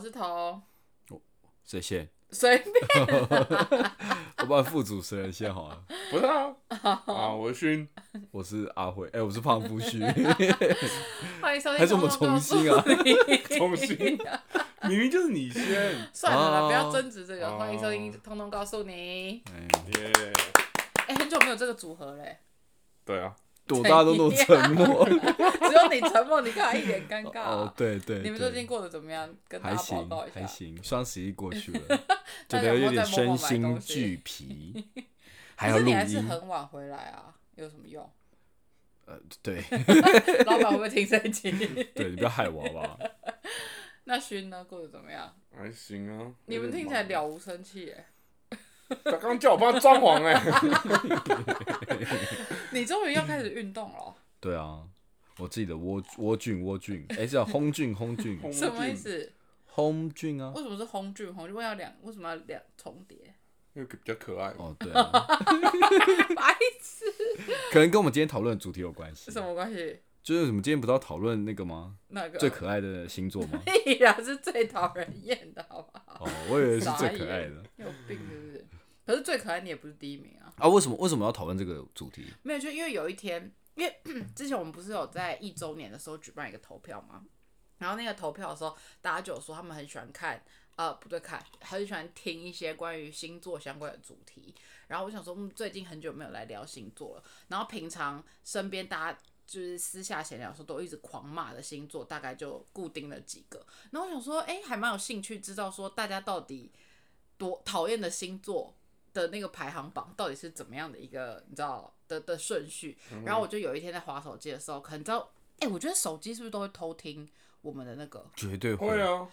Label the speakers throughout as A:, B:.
A: 字头，
B: 谁先？
A: 随便。
B: 我把副主持人先好了。
C: 不 是啊，啊，我勋，
B: 我是阿辉，哎、我是胖夫婿，
A: 欢迎收听。
B: 还是我们重新啊？
C: 重新， 明明就是你先，
A: 算了啦，
B: 哦
A: 不要争执这个。
C: 哦
A: 欢迎收听，通通告诉你。
B: 哎
C: 耶，
A: 哎、很久没有这个组合嘞，
C: 对啊，
B: 躲大家都那么沉默。
A: 只有你沉默，你看一脸尴尬。
B: 哦，对对对，
A: 你们最近过得怎么样？跟大
B: 还
A: 家报
B: 行
A: 告一下
B: 还。行，双十一过 去了，觉
A: 大家有
B: 得
A: 没有
B: 有点
A: 在默默
B: 身
A: 买
B: 心
A: 东西
B: 俱 疲，还
A: 可
B: 要
A: 是
B: 录
A: 你还是
B: 音，呃
A: 很晚回来啊，有什么用？
B: 对
A: 老板会不会听这一集？
B: 对，你不要害我好不好？
A: 那勋呢？过得怎么样？
C: 还行啊。
A: 你们听起来了无生气耶！
C: 他刚叫我帮他装潢哎、
A: 你终于要开始运动了哦，
B: 对啊，我自己的窝窝菌窝菌，哎、叫轰菌轰菌
C: 红
A: 什么意
C: 俊？
A: 思？
B: 轰菌啊
A: 为，什么是红俊红？为什么要两？为什么要两重叠？
C: 因为比较可爱嘛。
B: 哦对啊，
A: 白痴，
B: 可能跟我们今天讨论的主题有关系
A: 是。什么啊关系？
B: 就是我们今天不是要讨论那个吗？
A: 那个？
B: 最可爱的星座吗
A: 屁啦，是最讨人厌的，好不好？
B: 哦，我以为是
A: 傻
B: 最可爱
A: 眼
B: 的。
A: 有病是不是？可是最可爱你也不是第一名啊，
B: 啊，为什么为什么要讨论这个主题？
A: 没有，就因为有一天，因为 之前我们不是有在一周年的时候举办一个投票吗？然后那个投票的时候，大家就有说他们很喜欢看，呃，不对，看很喜欢听一些关于星座相关的主题。然后我想说，嗯，最近很久没有来聊星座了。然后平常身边大家就是私下闲聊的时候，都一直狂骂的星座，大概就固定了几个。然后我想说，哎、还蛮有兴趣知道说大家到底多讨厌的星座的那个排行榜到底是怎么样的一个，你知道的的顺序。然后我就有一天在划手机的时候，可能知道，哎、我觉得手机是不是都会偷听我们的那个？
B: 绝对
C: 会啊，
B: 哦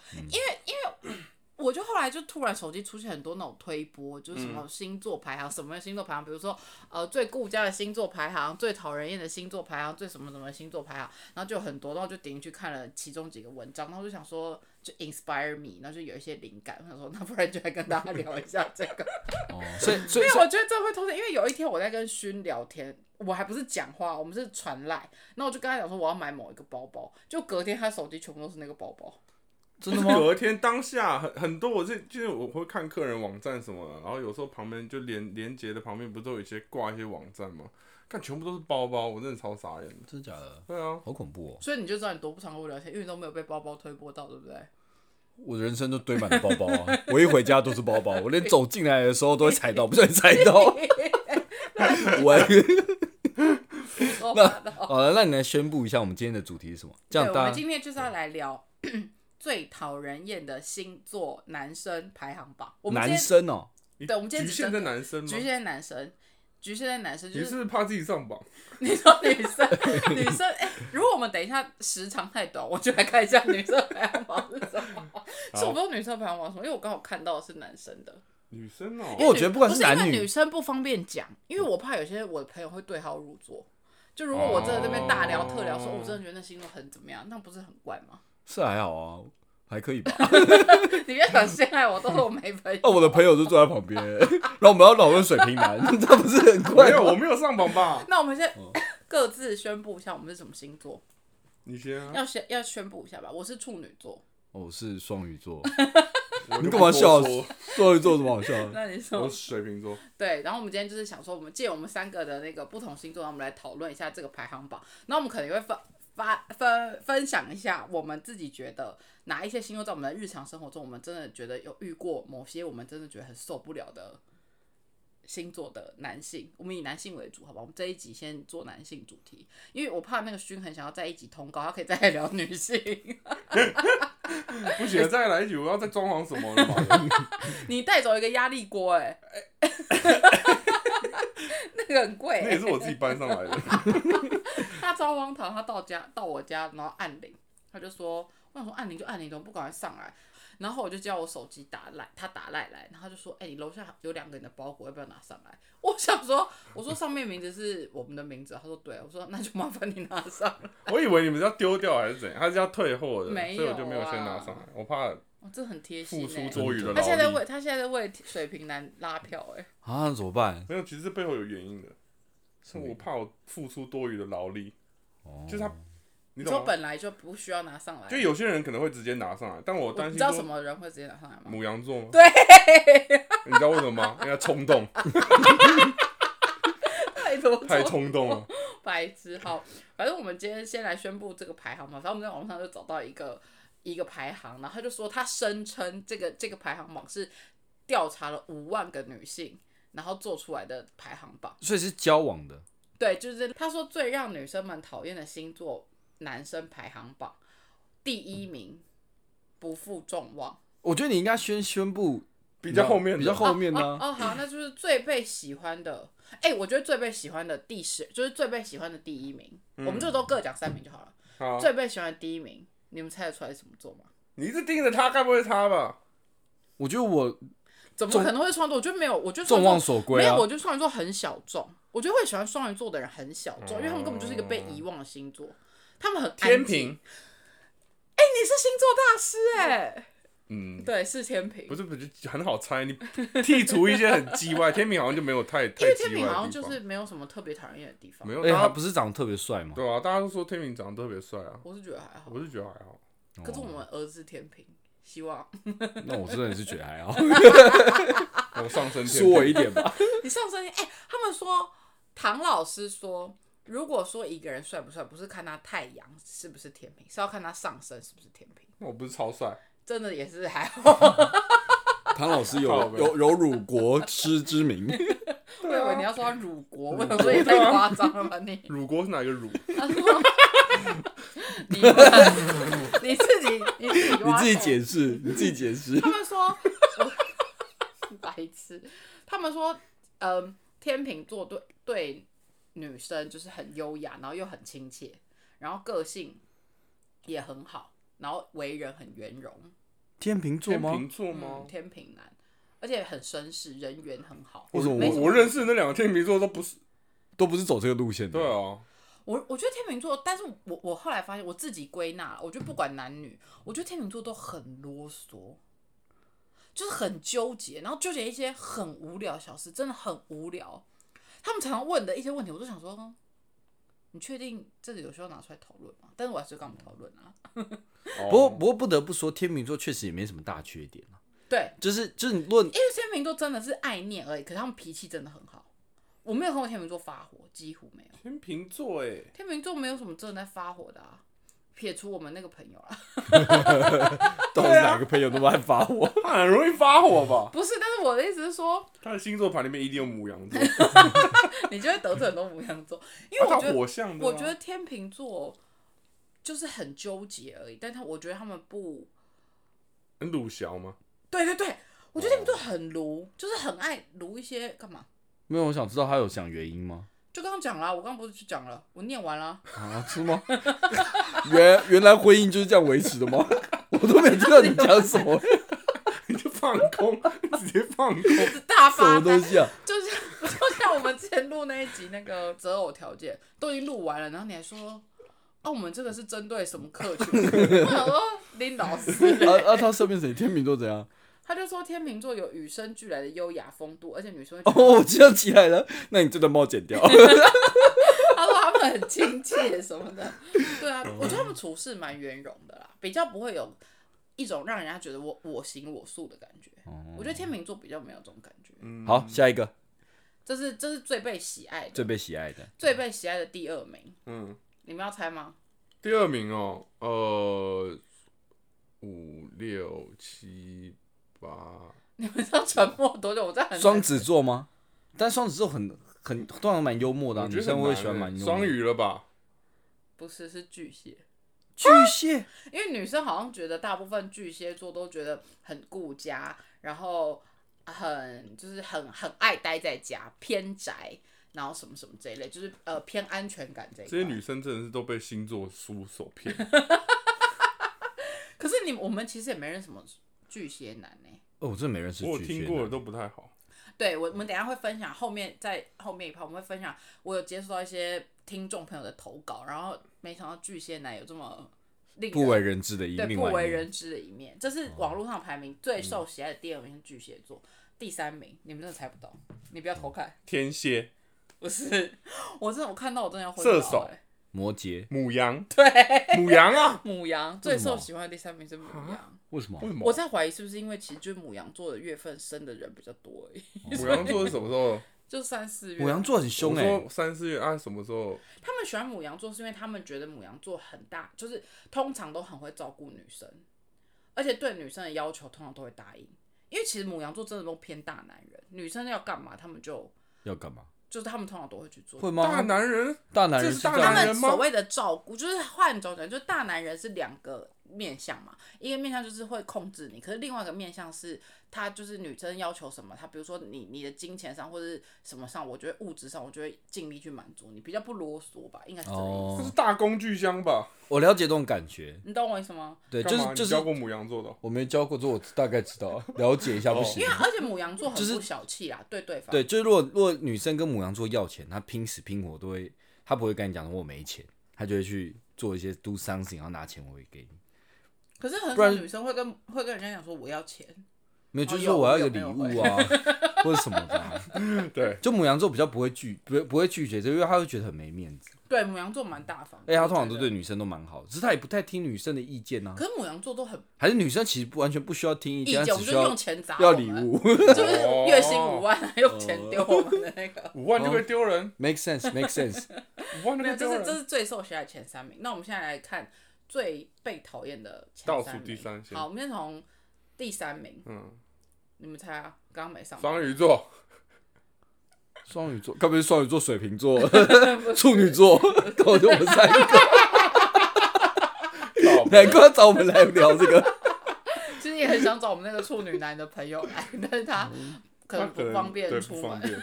A: 我就后来就突然手机出现很多那种推播，就是什么星座排行，什么星座排行，比如说呃最顾家的星座排行，最讨人厌的星座排行，最什么什么星座排行，然后就有很多，然后就点进去看了其中几个文章，然后就想说就 inspire me，然后就有一些灵感，我想说那不然就来跟大家聊一下这个。
B: 哦，所以所以
A: 因为我觉得这会偷听，因为有一天我在跟勋聊天，我还不是讲话，我们是传赖，然后我就跟他讲说我要买某一个包包，就隔天他手机全部都是那个包包。
B: 真的
C: 不是
B: 吗？
C: 隔天当下很很多，我是就是我会看客人网站什么的，然后有时候旁边就连连接的旁边不是都有一些挂一些网站吗？看全部都是包包，我真的超傻眼的。
B: 真的假的？
C: 对啊，
B: 好恐怖哦！
A: 所以你就知道你多不常跟我聊天，因为你都没有被包包推波到，对 不对？
B: 我人生都堆满了包包 啊！我一回家都是包包，我连走进来的时候都会踩到，不小心踩 到。我
A: 说
B: 那
A: 话到。
B: 好了，那你来宣布一下我们今天的主题是什么？这
A: 对，
B: 样
A: 哦我
B: 大
A: 们
B: 家
A: 今天就是要来聊嗯最讨人厌的星座男生排行榜。我们今
B: 男
A: 天
B: 生哦、
C: 你
A: 对我们今天
C: 局
A: 只
C: 限在男生吗？
A: 局限在男生，局限在男生就
C: 你是不是怕自己上榜？
A: 你说女生，女生，哎、如果我们等一下时长太短，我就来看一下女生排行榜是什么。 其实我不知道女生排行榜是什么，因为我刚好看到的是男生的。
C: 女生哦、
B: 因为我觉得不管
A: 是
B: 是男
A: 因为
B: 女
A: 女生不方便讲，因为我怕有些我的朋友会对号入座。就如果我真的这边大聊特聊，说
C: 哦
A: 我真的觉得那星座很怎么样，那不是很怪吗？
B: 是还好啊，还可以吧。
A: 你别想陷害我，都是我没朋友。
B: 嗯 哦，我的朋友就坐在旁边， 然后我们要讨论水平男， 这不是很
C: 没
B: 快
C: 有，
B: 吗？
C: 我没有上榜吧？
A: 那我们先
B: 嗯
A: 各自宣布一下我们是什么星座，
C: 你先啊，
A: 要先要宣布一下吧。我是处女座，
B: 哦我是双鱼座，
C: 我
B: 你
C: 就
B: 干
C: 不
B: 嘛
C: 多
B: 笑
C: 说？
B: 双鱼座有什么好笑的？
A: 那你说
C: 我是水瓶 座，
A: 对，然后我们今天就是想说，我们借我们三个的那个不同星座，然后我们来讨论一下这个排行榜。那我们可能也会分发分分享一下我们自己觉得哪一些星座在我们的日常生活中，我们真的觉得有遇过某些我们真的觉得很受不了的星座的男性。我们以男性为主，好吧？我们这一集先做男性主题，因为我怕那个勋很想要在一集通告，他可以再来聊女性。哎
C: 不行，再来一局，我要再装潢什么 了嘛？
A: 你带走一个压力锅、欸，哎， 那个很贵、欸，
C: 那也是我自己搬上来的。
A: 他超荒唐，他到家到我家，然后按铃，他就说，我想说按铃就按铃，怎么不赶快上来？然后我就叫我手机打赖，他打赖来，然后他就说，哎、你楼下有两个人的包裹，要不要拿上来？我想说， 我说上面名字是我们的名字，他说对，我说那就麻烦你拿上来，
C: 我以为你们是要丢掉还是怎样，他是要退货的，
A: 没有啊
C: 所以我就没有先拿上来，我怕
A: 哦，这很贴心欸
C: 付出多余的
A: 他现在在
C: 劳力。
A: 为他现在在为水瓶男拉票、哎，
B: 啊，那怎么办？
C: 没有，其实这背后有原因的，是我怕我付出多余的劳力，
B: 嗯哦
C: 就是他你
A: 说
C: 懂吗？
A: 本来就不需要拿上来，
C: 就有些人可能会直接拿上来，但我
A: 我
C: 担
A: 你
C: 心
A: 知道
C: 说
A: 什么人会直接拿上来吗？
C: 母羊座吗？
A: 对，
C: 你知道为什么吗？因为他冲 动，
A: 太多
C: 太
A: 种
C: 冲动了。
A: 白痴。好，反正我们今天先来宣布这个排行榜，反正我们在网上就找到一个一个排行，然后他就说他声称这个这个排行榜是调查了五万个女性，然后做出来的排行榜。
B: 所以是交往的，
A: 对，就是他说最让女生们讨厌的星座男生排行榜第一名，不负众望。
B: 我觉得你应该先宣布
C: 比较后面的
B: 比较后面呢、
A: 哦，好，那就是最被喜欢的。哎、我觉得最被喜欢的第十，就是最被喜欢的第一名，我们就都各讲三名就好了。
C: 好，
A: 最被喜欢的第一名，你们猜得出来是什么座吗？
C: 你一直盯着他，该不会是他吧？
B: 我觉得我
A: 怎么可能会创作？我觉得没有，我觉得
B: 众
A: 创
B: 望
A: 作
B: 所归
A: 没有，
B: 啊
A: 我，觉得双鱼座很小众。我觉得会喜欢双鱼座的人很小众，因为他们根本就是一个被遗忘的星座，他们很安
C: 哦天
A: 静。
C: 平，
A: 哎、你是星座大师哎、
C: 嗯，
A: 对，是天平
C: 不。是，不是很好猜。你剔除一些很鸡歪，天平好像就没有太
A: 因
C: 太
A: 为
C: 鸡
A: 天
C: 歪
A: 平
C: 的
A: 好像
C: 地
A: 就
C: 方
A: 是没有什么特别讨人厌的地方
C: 没，有，
B: 哎、
C: 大
B: 他
C: 家
B: 不是长得特别帅吗？
C: 对啊，大家都说天平长得特别帅啊，
A: 我是觉得还好
C: 我。是觉得还好。
A: 可是我们儿子天平，希望
B: 那我真的是觉得还好，
C: 我上升天
B: 说我一
C: 平，
B: 点吧。
A: 你上升天哎、他们说唐老师说，如果说一个人帅不帅，不是看他太阳是不是天平，是要看他上身是不是天平。
C: 那我不是超帅，
A: 真的也是还好，
B: 唐老师
C: 靠
B: 有
C: 北
B: 有有辱国师之 名，
A: 我以为你要说他辱国，
B: 嗯
A: 我想说也太夸张了吧 你。
C: 乳国是哪个乳？
A: 你 你自己你自己
B: 你
A: 挖
B: 自己
A: 洞
B: 解释，你自己解释。
A: 他们说， 白痴，他们说，嗯、天秤座对对女生就是很优雅，然后又很亲切，然后个性也很好，然后为人很圆融，
B: 天秤座
C: 天
B: 吗？
C: 平座吗
A: 嗯，？天秤男，而且很绅士，人缘很好。
B: 为什么
A: 没
C: 我
A: 什
C: 我认识那两个天秤座都不是？
B: 都不是走这个路线的。
C: 对啊，
A: 我我觉得天秤座，但是我我后来发现我自己归纳了，我觉得不管男女，我觉得天秤座都很啰嗦，就是很纠结，然后纠结一些很无聊的小事，真的很无聊。他们常常问的一些问题，我都想说，你确定这个有需要拿出来讨论吗？但是我还是跟他们讨论啊。
C: 哦
B: 不过不过不得不说，天秤座确实也没什么大缺点啊
A: 对，
B: 就是就是你论
A: 因为天秤座真的是爱念而已，可是他们脾气真的很好。我没有看过天秤座发火，几乎没有。
C: 天秤座哎，
A: 天秤座没有什么真的在发火的啊，撇除我们那个朋友啦。啊
B: 到底哪个朋友都爱发火，
C: 他很容易发火吧？
A: 不是，但是我的意思是说，
C: 他的星座盘里面一定有母羊 座，
A: 你就会得罪很多母羊座，因为
C: 啊
A: 我
C: 他
A: 觉得，
C: 火象的啊，
A: 我觉得天秤座就是很纠结而已，但他我觉得他们不，
C: 很鲁小吗？
A: 对对对，我觉得天秤
B: 哦
A: 座很卢，就是很爱卢一些干嘛？
B: 没有，我想知道他有讲原因吗？
A: 就刚刚讲啦，我刚刚不是就讲了，我念完啦，
B: 啊，是吗？ 原原来婚姻就是这样维持的吗？ 我都没听到你讲什 么
C: 你就放空，你直接放 空。
A: 大
B: 什
A: 发
B: 么东
A: 呆，
B: 西啊！
A: 就像就像我们之前录那一集那个择偶条件都已经录完了，然后你还说。哦，我们这个是针对什么客群？ 我想说林老师，
B: 啊啊，他身边谁？天秤座怎样？
A: 他就说天秤座有与生俱来的优雅风度，而且女生会觉得
B: 哦，我记得起来了，那你这段帮我剪 掉。
A: 他说他们很亲切什么的。对啊，
B: 嗯
A: 我觉得他们处事蛮圆融的啦，比较不会有一种让人家觉得我我行我素的感觉。
B: 哦
A: 我觉得天秤座比较没有这种感觉。
C: 嗯
B: 好，下一个
A: 这是这是最被喜爱的，
B: 最被喜爱的，
A: 最被喜爱的第二名，
C: 嗯，
A: 你们要猜吗？
C: 第二名哦，呃，五六七八，
A: 你们知道沉默多久？我在很
B: 双子座吗？但双子座很很通常蛮幽默的啊，
C: 我觉
B: 女
C: 得很
B: 生
C: 难
B: 会
C: 欸
B: 喜欢蛮幽默的。
C: 双鱼了吧？
A: 不是是巨蟹，
B: 巨蟹，
A: 因为女生好像觉得大部分巨蟹座都觉得很顾家，然后很就是很很爱待在家，偏宅，然后什么什么这一类，就是呃偏安全感这一
C: 这
A: 类。
C: 些女生真的是都被星座书所骗。
A: 可是你我们其实也没认识什么巨蟹男呢、
B: 哦，我真的没认识
C: 我有
B: 巨
C: 听
B: 蟹
C: 过的
B: 男。
C: 都不太好。
A: 对我，我们等一下会分享后面在后面一趴，我们会分享我有接触到一些听众朋友的投稿，然后没想到巨蟹男有这么令人
B: 不为人知的一
A: 对
B: 另
A: 不
B: 外一
A: 为
B: 面哦
A: 人知的一面。这是网络上排名最受喜爱的第二名是巨蟹座，第三名你们真的猜不到，你不要偷看，
C: 天蝎，
A: 不是，我真的我看到我真的要昏倒、
C: 射手
A: 欸
B: 摩羯，
C: 母羊，对，母羊啊，
A: 母羊最
B: 什么啊
A: 受喜欢的第三名是母羊，
B: 为什么
C: 为？什
A: 我
C: 么？
A: 在怀疑是不是因为其实就是母羊座的月份生的人比较多而已，
C: 母羊座是什么时候？
A: 就三四月。
B: 母羊座很
C: 我
B: 凶哎、
C: 说三四月啊，什么时候？
A: 他们喜欢母羊座是因为他们觉得母羊座很大，就是通常都很会照顾女生，而且对女生的要求通常都会答应，因为其实母羊座真的都偏大男人，女生要干嘛他们就
B: 要干嘛？
A: 就是他们通常都会去做。
B: 会吗？
C: 大男人，
B: 大男人
C: 这是
B: 这
C: 大
A: 他
B: 样
C: 男人
A: 们
C: 吗
A: 所谓的照顾，就是换种讲，就是大男人是两个面相嘛，一个面相就是会控制你，可是另外一个面相是他就是女生要求什么，他比如说你你的金钱上或者是什么上，我觉得物质上我就会尽力去满足你，比较不啰嗦吧，应该是这个意思。
C: 这是
B: 哦，
C: 大工具箱吧？
B: 我了解这种感觉，
A: 你懂我意思吗？
B: 对，
C: 干
B: 就
C: 嘛
B: 是就
C: 你教
B: 是
C: 过母羊 座的哦？
B: 我没教过，这我大概知道， 了解一下不
A: 因
B: 行
A: 为
B: 吗。
A: 而且母羊座很
B: 就是
A: 不小气啦，对对方。
B: 对，就是如果如果女生跟母羊座要钱，她拼死拼活都会，她不会跟你讲我没钱，她就会去做一些 do something，然后拿钱我会给你。
A: 可是很
B: 不
A: 少
B: 然
A: 女生会跟会跟人家讲说我要钱，
B: 没有，就是
A: 有
B: 说我要一个
A: 有
B: 礼
A: 有
B: 物啊， 或者什么的啊、
C: 对，
B: 就母羊座比较不会拒，不会不会拒绝，因为她会觉得很没面子。
A: 对母羊座蛮大方的。
B: 哎，她通常都
A: 我觉
B: 对
A: 得。
B: 女生都蛮好，只是她也不太听女生的意见啊。
A: 可是母羊座都很
B: 还是女生其实不完全不需要听意
A: 意
B: 见，
A: 见，
B: 她
A: 我们
B: 只需
A: 就
B: 要
A: 用钱砸
B: 要
A: 我
B: 礼
A: 们，
B: 物。
A: 就是
C: 哦
A: 月薪五万还 用钱丢我们的那
B: 哦
A: 个。
C: 五万就会丢人，
B: make sense make sense。
C: 五万就
A: 没有，
C: 会
A: 这
C: 丢
A: 是这
C: 人。
A: 是最受喜爱的前三名。那我们现在来看最被讨厌的前
C: 倒
A: 三
C: 数
A: 名。
C: 第三先
A: 好，我们先从第三名，
C: 嗯，
A: 你们猜啊？刚刚没上。
C: 双 鱼座，
B: 双鱼座，该不是双鱼座、水瓶 座、 处女座，搞得我们三个，
C: 靠
B: 难怪要找我们来聊这个。
A: 其实也很想找我们那个处女男的朋友来， 但是他
B: 嗯
A: 可能
C: 他可
A: 不
C: 能
A: 方便
C: 对
A: 出
C: 不
A: 门
C: 方。便。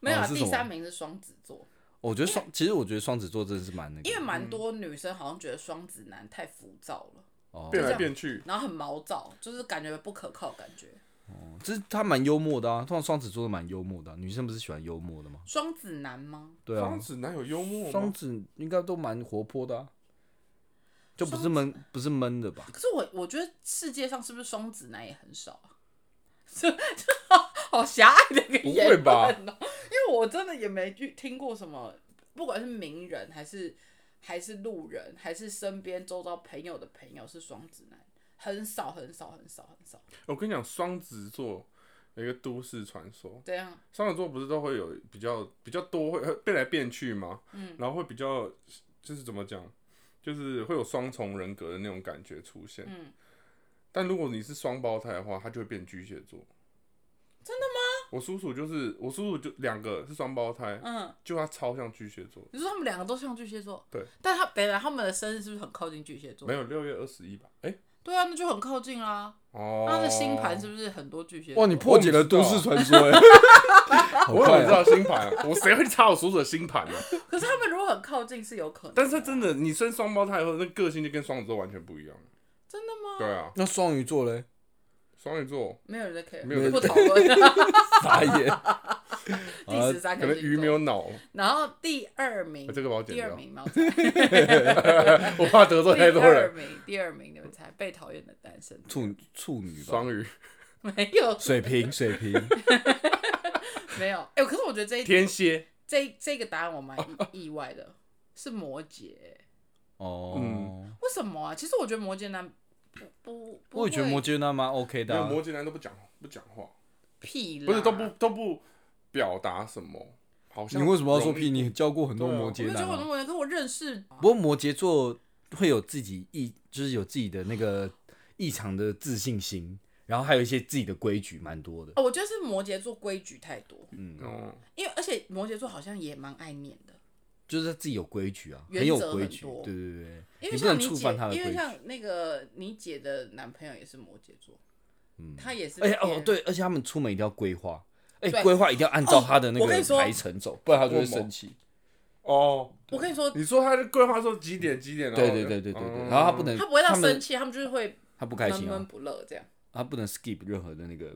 A: 没有、
B: 哦
A: 啊，
B: 是什
A: 第
B: 么
A: 三名是双子座，
B: 我觉得双，其实我觉得双子座真的是蛮那个，
A: 因为
C: 嗯
A: 蛮多女生好像觉得双子男太浮躁了，
B: 哦，
C: 变来变去，
A: 然后很毛躁，就是感觉不可靠，感觉。
B: 就是他蛮幽默的啊。通常双子座都蛮幽默的啊、女生不是喜欢幽默的吗？
A: 双子男吗？
B: 对啊
C: 双，子男有幽默
B: 双
C: 吗？
B: 子应该都蛮活泼的、啊，就不是闷，不是闷的吧？
A: 可是我我觉得世界上是不是双子男也很少啊？ 就就好狭隘的一个
C: 不会
A: 言论
C: 吧
A: 哦、因为我真的也没去听过什么，不管是名人还是还是路人，还是身边周遭朋友的朋友是双子男，很少很少很少很少。
C: 我跟你讲，双子座有一个都市传说，
A: 这样
C: 双子座不是都会有比较比较多会会变来变去吗？嗯，然后会比较就是怎么讲，就是会有双重人格的那种感觉出现。
A: 嗯，
C: 但如果你是双胞胎的话，他就会变巨蟹座。
A: 真
C: 的吗？我叔叔就是我叔叔就两个是双胞胎，
A: 嗯。
C: 就他超像巨蟹座，
A: 你说他们两个都像巨蟹座，
C: 对，
A: 但他等一下他们的生日是不是很靠近巨蟹座？
C: 没有六月二十一吧？哎、
A: 对啊，那就很靠近啦。
C: 哦，
A: 他的星盘是不是很多巨蟹座？
B: 哇，你破解了都市传 说哎、好
C: 我怎
B: 快
C: 么知
B: 啊！
C: 道星盘、啊？我 谁会查我叔叔的星盘呢、啊
A: 可是他们如果很靠近是有可能的，
C: 但是真的，你生双胞胎后，那个性就跟双子座完全不一样。
A: 真的吗？
C: 对啊，
B: 那双鱼座嘞？
C: 双鱼座
A: 没有人在 care，
C: 没有人
A: 不
C: 啊
A: 讨 论。
B: 傻眼。
A: 第十三
C: 可
A: 个
C: 能
A: 星
C: 鱼
A: 座
C: 没，有脑，
A: 然后第二名
C: 哎，这个把我剪
A: 第二
C: 掉，
A: 名嘛，我猜
C: 我怕 得罪太
A: 第
C: 多
A: 二
C: 人。
A: 名，第二名你们猜被讨厌的单身族
B: 处处女吧，
C: 双鱼、
A: 没有
B: 水瓶水 瓶，
A: 没有，哎，可是我觉得这一
C: 天蝎，
A: 这这个答案我蛮意意外的，是摩羯，
B: 哦，
C: 嗯
A: 为什么啊？其实我觉得摩羯男不不不
B: 我也觉得
A: 会
B: 摩羯男蛮 OK
C: 因
B: 的、
C: 为
B: 啊，
C: 摩羯男都不讲不讲话，
A: 屁啦，
C: 不是都不都不表达什么，好
B: 你
C: 像
B: 为什么要说
C: 容易
B: 屁？你教过很多摩
A: 我
B: 羯
A: 没有
B: 男、
A: 交过
B: 啊，
A: 男朋友，可我认识
B: 不过摩羯座会有自己异，就是有自己的那个异常的自信心，然后还有一些自己的规矩，蛮多的。
A: 哦，我觉得是摩羯座规矩太多，
C: 哦，
A: 因为而且摩羯座好像也蛮爱念的，
B: 就是他自己有规矩啊，
A: 原
B: 很有
A: 则
B: 规
A: 很
B: 矩，
A: 多
B: 对对对，
A: 因
B: 你
A: 为
B: 不能
A: 像你
B: 触
A: 姐
B: 犯他，的
A: 因
B: 规
A: 为
B: 矩。
A: 像那个你姐的男朋友也是摩羯座，嗯，他也是
B: 而
A: 偏，
B: 且哦，对，而且他们出门一定要规划，哎、
A: 对
B: 规划一定要按照
A: 哦
B: 他的那
A: 我跟
B: 个
A: 你说
B: 排程走，不然他就会
C: 为什么
B: 生气。
C: 哦，
A: 我跟你说，
B: 嗯
C: 你说他的规划说几点几点？
B: 对
C: 然后
B: 对对对对对，
C: 嗯
B: 然后他不能，
A: 他不会到
B: 们
A: 生气，他们就是会
B: 他不开
A: 闷
B: 心啊
A: 闷，不乐这样。
B: 他不能 skip 任何的那个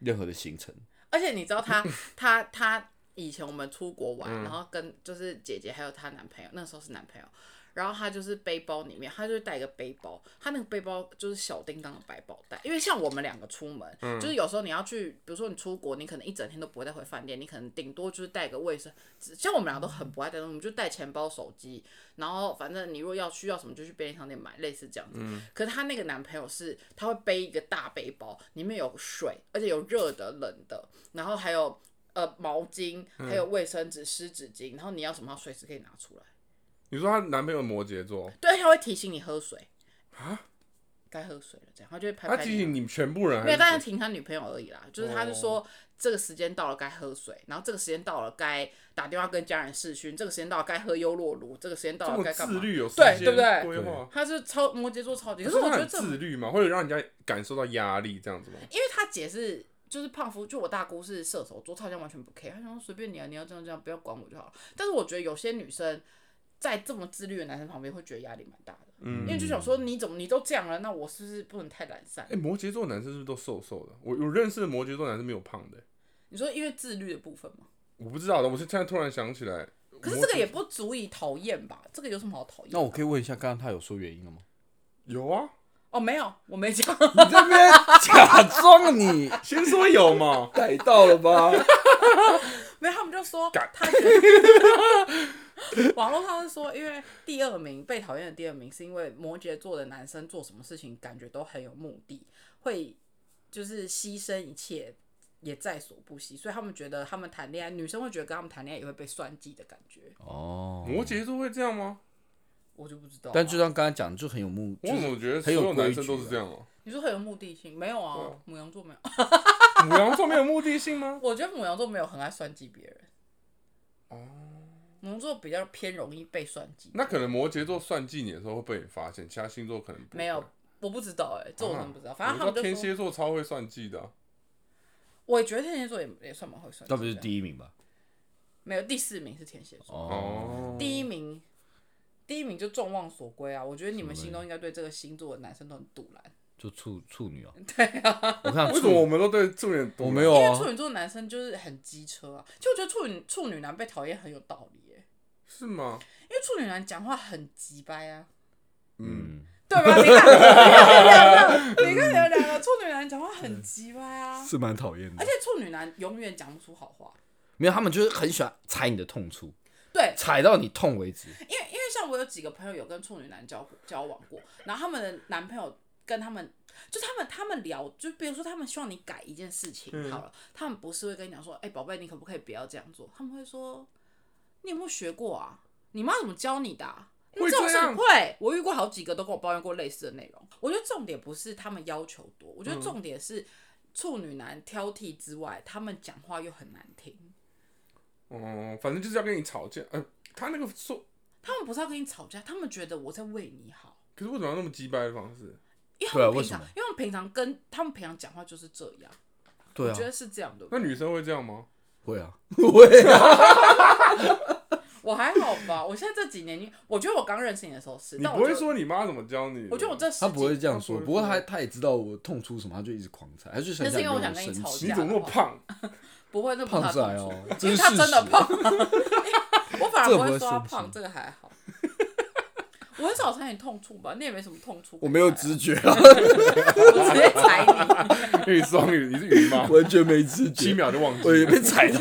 B: 任何的行程。
A: 而且你知道他他他以前我们出国玩，然后跟就是姐姐还有她男朋友，那时候是男朋友，然后他就是背包里面，他就带一个背包，他那个背包就是小叮当的百宝袋，因为像我们两个出门，就是有时候你要去，比如说你出国，你可能一整天都不会再回饭店，你可能顶多就是带个卫生纸，像我们两个都很不爱带东西，我们就带钱包、手机，然后反正你如果要需要什么就去便利商店买，类似这样子。
C: 嗯
A: 可是她那个男朋友是，他会背一个大背包，里面有水，而且有热的、冷的，然后还有呃毛巾，
C: 嗯
A: 还有卫生纸、湿纸巾，然后你要什么，她随时可以拿出来。
C: 你说她男朋友摩羯座，
A: 对，他会提醒你喝水
C: 啊，
A: 该喝水了，这样他就会拍
C: 他
A: 拍
C: 提醒
A: 你。
C: 你哦全部人
A: 没有，但
C: 还
A: 是
C: 是
A: 挺他女朋友而已啦，就是他就说、这个时间到了该喝水，然后这个时间到了该打电话跟家人视讯，这个时间到了该喝优洛乳，这个时间到
C: 这
A: 了
C: 么
A: 该干
C: 自
A: 嘛？
C: 律有时
A: 对
C: 间
A: 对不对
C: 规划？
A: 他是超摩羯座超级，
C: 可
A: 可是我
C: 她
A: 觉得
C: 很
A: 这种
C: 自律嘛，会让人家感受到压力这样子吗？
A: 因为他姐是就是胖夫，就我大姑是射手座，她好像完全不 care，她想说随便你啊，你要这样这样，不要管我就好了。但是我觉得有些女生在这么自律的男生旁边，会觉得压力蛮大的，因为就想说你怎么你都这样了，那我是不是不能太懒散
C: 哎、？摩羯座男生是不是都瘦瘦的？我我认识的摩羯座男生没有胖的、欸
A: 你说因为自律的部分嘛，
C: 我不知道的，我是现在突然想起来。
A: 可是这个也不足以讨厌吧？这个有什么好讨厌的？
B: 那我可以问一下，刚刚他有说原因了吗？
C: 有啊，
A: 哦，没有，我没讲。
B: 你这边假装你，
C: 先说有嘛
B: 逮到了吧？
A: 没有，他们就说
C: 干
A: 他觉得 网络上是说，因为第二名被讨厌的第二名是因为摩羯座的男生做什么事情感觉都很有目的，会就是牺牲一切也在所不惜，所以他们觉得他们谈恋爱，女生会觉得跟他们谈恋爱也会被算计的感觉，
B: 哦，
C: 摩羯座会这样吗？
A: 我就不知道啊。
B: 但就像刚刚讲，就很有目，
C: 我
B: 就
C: 怎
B: 是
C: 么觉得所
B: 很有
C: 男
B: 规
C: 生
B: 矩
C: 都是
B: 啊
C: 这样哦、
A: 你说很有目的性，没有啊？母羊座没有，
C: 母羊座没有目的性吗？
A: 我觉得母羊座没有很爱算计别人。哦，母羊座比较偏容易被算计。
C: 那可能摩羯座算计你的时候会被你发现，其他星座可能不会啊
A: 没有。，我不知道哎、这我真的不知道。反正
C: 我
A: 他
C: 知
A: 们
C: 道
A: 就
C: 天
A: 嗯说。
C: 蝎座超会算计的啊、
A: 我觉得天蝎座也也算蛮会算计的，
B: 那不是第一名吧？
A: 没有第四名是天蝎座，
B: 哦，
C: 哦，
A: 第一名第一名就众望所归啊！我觉得你们
B: 什么
A: 心中应该对这个星座的男生都很堵然，
B: 就处处女啊。对 啊，我看
C: 为什么我们都对处女？
B: 我没有
A: 因为
B: 啊？
A: 处女座的男生就是很机车啊，就我觉得处女处女男被讨厌很有道理耶、
C: 是吗？
A: 因为处女男讲话很急掰啊。
B: 嗯，
A: 对吧？你看，你看，你看，你看你们两个处女男讲话很急掰啊，
B: 是蛮讨厌
A: 而
B: 的
A: 且。处女男永远讲不出好话。
B: 没有，他们就是很喜欢踩你的痛处，
A: 对，
B: 踩到你痛为止。
A: 因为因为像我有几个朋友有跟处女男交交往过，然后他们的男朋友跟他们，就他们他们聊，就比如说他们希望你改一件事情、
C: 嗯
A: 好了，他们不是会跟你讲说，哎、宝贝，你可不可以不要这样做？他们会说，你有没有学过啊？你妈怎么教你的啊、
C: 会
A: 这种
C: 这
A: 事
C: 样
A: 会，我遇过好几个都跟我抱怨过类似的内容。我觉得重点不是他们要求多，我觉
C: 嗯
A: 得重点是处女男挑剔之外，他们讲话又很难听。
C: 哦，反正就是要跟你吵架。呃，他那个说，
A: 他们不是要跟你吵架，他们觉得我在为你好。
C: 可是为什么要那么鸡掰的方式？
A: 因为他
B: 对啊
A: 们平
B: 为什
A: 常，
B: 么
A: 因为他们平常跟他们平常讲话就是这样，
B: 对
A: 我
B: 啊
A: 觉，得是这样的。
C: 那女生会这样吗？
B: 会啊，会啊。
A: 我还好吧，我现在这几年，你我觉得我刚认识你的时候是，
C: 你
A: 但
C: 不
A: 我
C: 会
A: 觉得，
C: 说你妈怎么教你的吗？
A: 我觉得我这十
B: 他不会
A: 几，
B: 这样
C: 他
B: 说，
C: 不会
B: 不过
C: 说
B: 他他也知道我痛出什么，他就一直狂踩，他就想
A: 那是因为我
B: 想
A: 想跟你
B: 生
A: 吵
B: 气
C: 你怎么那么胖？
A: 不会那么
B: 胖
A: 怕
B: 子来
A: 痛
B: 哦
A: 楚，
B: 这
A: 因为
B: 是
A: 他
B: 事
A: 真的
B: 实
A: 胖， 我反而
B: 这
A: 不
B: 不会
A: 会说他
B: 生气
A: 胖，这个还好。 我很少踩你痛处吧，你也没什么痛处可以踩啊。
B: 我没有知觉 啊，
A: 我直接踩 你，
C: 因为双鱼，你是鱼吗？
B: 完全没知
C: 七
B: 觉，
C: 秒就忘
B: 我
C: 记
B: 也
C: 了。
B: 被踩到。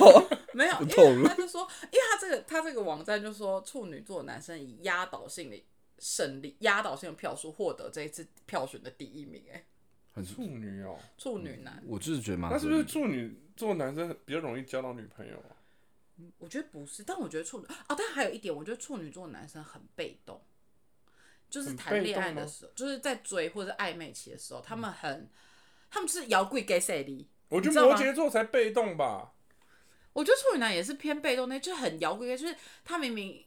A: 没有，
B: 不
A: 因
B: 痛
A: 为
B: 了
A: 他就说，因为他这个他这个网站就说处女座男生以压倒性的胜利、压倒性的票数获得这一次票选的第一名、哎。
B: 很
C: 处女哦，
A: 处女男，
B: 我就是觉得蛮合
C: 那
B: 理
C: 是
B: 的，
C: 不是处女座男生比较容易交到女朋友啊？
A: 我觉得不是，但我觉得处女啊，但还有一点，我觉得处女座男生很被动，就是
C: 很
A: 谈
C: 被
A: 恋
C: 动
A: 爱的
C: 吗
A: 时候，就是在追或者是暧昧期的时候，他们很，他们是摇柜给谁的？
C: 我觉
A: 你知
C: 得
A: 道
C: 摩
A: 吗
C: 羯座才被动吧。
A: 我觉得处女男也是偏被动那，就是很摇滚，就是他明明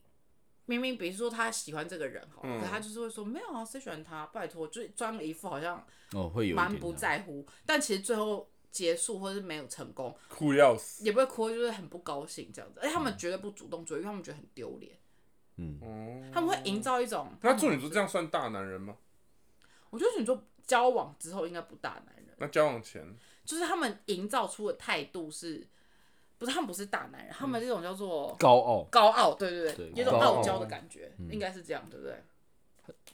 A: 明明，比如说他喜欢这个人好了，
C: 嗯
A: 可他就是会说没有啊，谁喜欢他？拜托，就是装了一副好像
B: 哦，会有一
A: 蛮
B: 点
A: 不
B: 这
A: 在
B: 样
A: 乎，但其实最后结束或是没有成功，
C: 哭要死。
A: 也不会哭，就是很不高兴这样子。而且他们绝对不主动追，因为他们觉得很丢脸，
B: 嗯，
C: 哦，
A: 他们会营造一种
C: 那处女座这样算大男人吗？
A: 我觉得处女座交往之后应该不大男人，
C: 那交往前
A: 就是他们营造出的态度是，不是他们不是大男人，他们这种叫做
B: 高傲，
A: 高傲，对对对，
B: 对
A: 有一种
B: 高傲
A: 傲娇的感觉，应该是这样，对不对？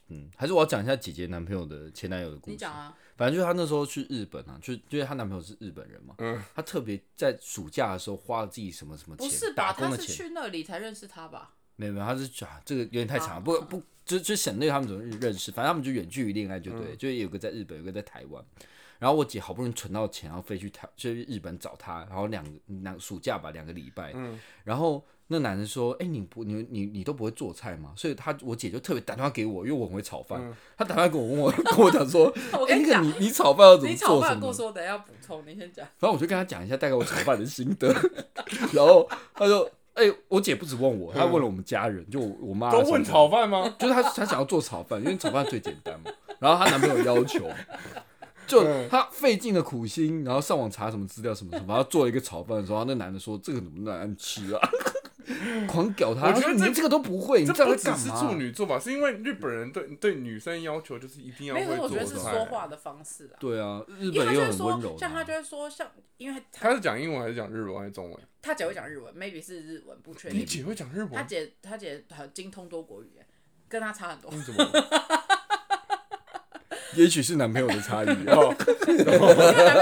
B: 嗯，还是我要讲一下姐姐男朋友的前男友的故事。
A: 你讲啊，
B: 反正就是她那时候去日本啊，就就是她男朋友是日本人嘛，
C: 嗯，
B: 她特别在暑假的时候花了自己什么什么
A: 不
B: 钱，
A: 是吧？
B: 打工
A: 他
B: 的
A: 是
B: 钱，
A: 去那里才认识他吧？
B: 没有没有，她是啊，这个有点太
A: 哦
B: 长了，不不就就省略他们怎么认识，反正他们就远距离恋爱就对了，
A: 嗯
B: 就有个在日本，有个在台湾。然后我姐好不容易存到钱，然后飞去台去日本找他，然后两个两暑假吧，两个礼拜。
A: 嗯
B: 然后那男的说：“哎、你不你你你都不会做菜吗？”所以他我姐就特别打电话给我，因为我很会炒饭。她打电话给我，问我跟我讲说：“
A: 嗯 我
B: 哎、
A: 跟你
B: 那个
A: 讲
B: 你你炒饭要怎么
A: 你炒
B: 做什
A: 饭的
B: 么
A: 故
B: 的？”
A: 事我等一下补充，你先讲。
B: 反正我就跟他讲一下大概我炒饭的心得， 然后他就哎、我姐不止问我，她问了我们家人，就我我妈
C: 嗯都
B: 什么
C: 问
B: 的
C: 炒饭吗？
B: 就是她她想要做炒饭，因为炒饭最简单嘛。然后她男朋友要求，就
C: 嗯
B: 她费尽了苦心，然后上网查什么资料什么什么，然后做了一个炒饭的时候，那男的说这个怎么难吃啊， 狂屌他，
C: 我觉
B: 他
C: 得
B: 说你
C: 这
B: 连这个都不会，你
C: 这
B: 到
C: 不
B: 底
C: 只
B: 在
C: 是
B: 干
C: 处
B: 嘛？
C: 女座吧？是因为日本人对对女生要求就是一定要
A: 没
C: 会
A: 有，可是我
C: 做
A: 觉
C: 菜。啊
A: 得是说话的方式啊，
B: 对啊，
A: 因
B: 日
A: 为
B: 本
A: 他
B: 又
A: 就会
B: 很温柔
A: 说，
B: 的
A: 像
B: 啊、
A: 他就会说，像因为他
C: 他是讲英文还是讲日文还是中文？
A: 他姐会讲日文，maybe 是日文，不确
C: 你
A: 定。
C: 姐会讲日
A: 他
C: 文？
A: 姐他姐很精通多国语言，跟他差很多。
C: 你怎么？
B: 也许是男朋友的差异、啊。
C: 哦，
A: 因为男朋友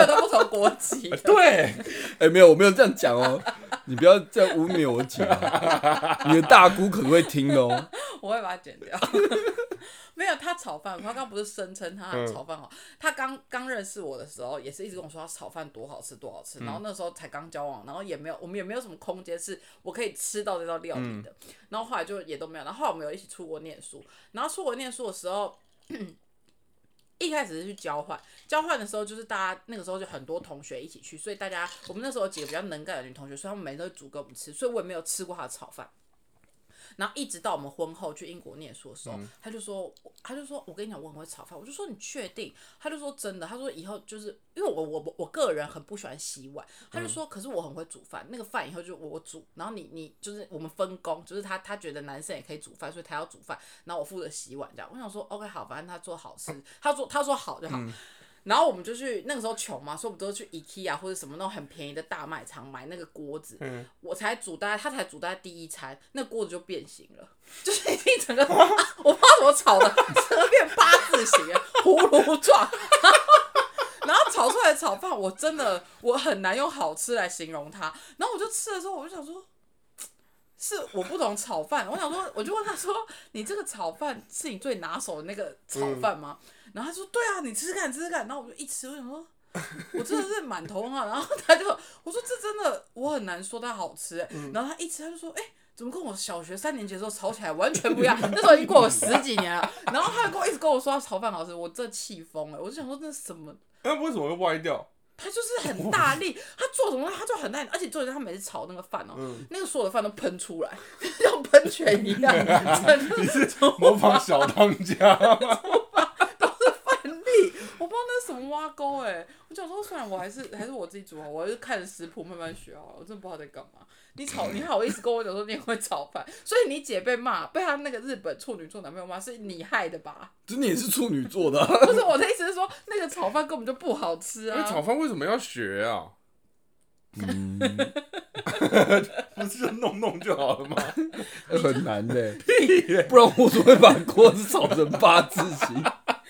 A: 都不同国籍，
C: 对，
B: 哎、没有，我没有这样讲哦，你不要这样污蔑我姐、哦，你的大姑可能会听的哦。
A: 我会把它剪掉。 没有，他炒饭，他刚不是声称他
C: 嗯
A: 炒饭好，他刚刚认识我的时候，也是一直跟我说他炒饭多好吃多好吃，然后那时候才刚交往，然后也没有我们也没有什么空间是我可以吃到这道料理的，然后后来就也都没有，然后后来我们有一起出国念书，然后出国念书的时候。 一开始是去交换，交换的时候就是大家那个时候就很多同学一起去，所以大家我们那时候有几个比较能干的女同学，所以她们每天都会煮给我们吃，所以我也没有吃过她的炒饭。然后一直到我们婚后去英国念书的时候，她就说，她就说我跟你讲我很会炒饭，我就说你确定？她就说真的，她说以后就是因为我我我我个人很不喜欢洗碗，她就说可是我很会煮饭，那个饭以后就我煮，然后你你就是我们分工，就是她她觉得男生也可以煮饭，所以她要煮饭，然后我负责洗碗这样。我想说 OK 好，反正她做好吃，她做她说好就好。然后我们就去那个时候穷嘛，所以我们都去 IKEA 或者什么那种很便宜的大卖场买那个锅子。我才煮大概，他才煮大概第一餐，那锅子就变形了，就是已经整个啊我不知道怎么炒的，整个变八字形了，葫芦状。 然后炒出来的炒饭，我真的我很难用好吃来形容它。然后我就吃的时候，我就想说，是我不懂炒饭。我想说，我就问他说：“你这个炒饭是你最拿手的那个炒饭吗？”然后他说：“对啊，你吃吃看，吃吃看。”然后我就一吃，我想说，我真的是满头问号。然后他就我说：“这真的我很难说它好吃、欸。然后他一吃他就说：“哎、怎么跟我小学三年级的时候炒起来完全不一样？那时候已经过了十几年了。然后他还跟我一直跟我说他炒饭好吃，我真的气疯了。我就想说那什么
C: 那为什么会 歪掉？
A: 他就是很大力，他做什么他就很大力，而且重点是他每次炒那个饭哦、
C: 嗯
B: 嗯
A: 那个所有的饭都喷出来， 像喷泉一样，真的
C: 你是模仿小当家
A: 啊
C: 吗？
A: 很力。我不知道那是什么挖沟哎、我想说，算了，我还是还是我自己煮好，我还是看食谱慢慢学好了。我真的不知道在干嘛。你炒，你好意思跟我讲说你也会炒饭，所以你姐被骂，被她那个日本处女座男朋友骂，是你害的吧？
B: 就你也是处女座的啊、
A: 不是我的意思是说，那个炒饭根本就不好吃
C: 那炒
A: 啊。
C: 饭为什么要学啊？
B: 嗯
C: 不是就弄弄就好 了吗？
B: 很难的、 不然我怎么会把锅子炒成八字形？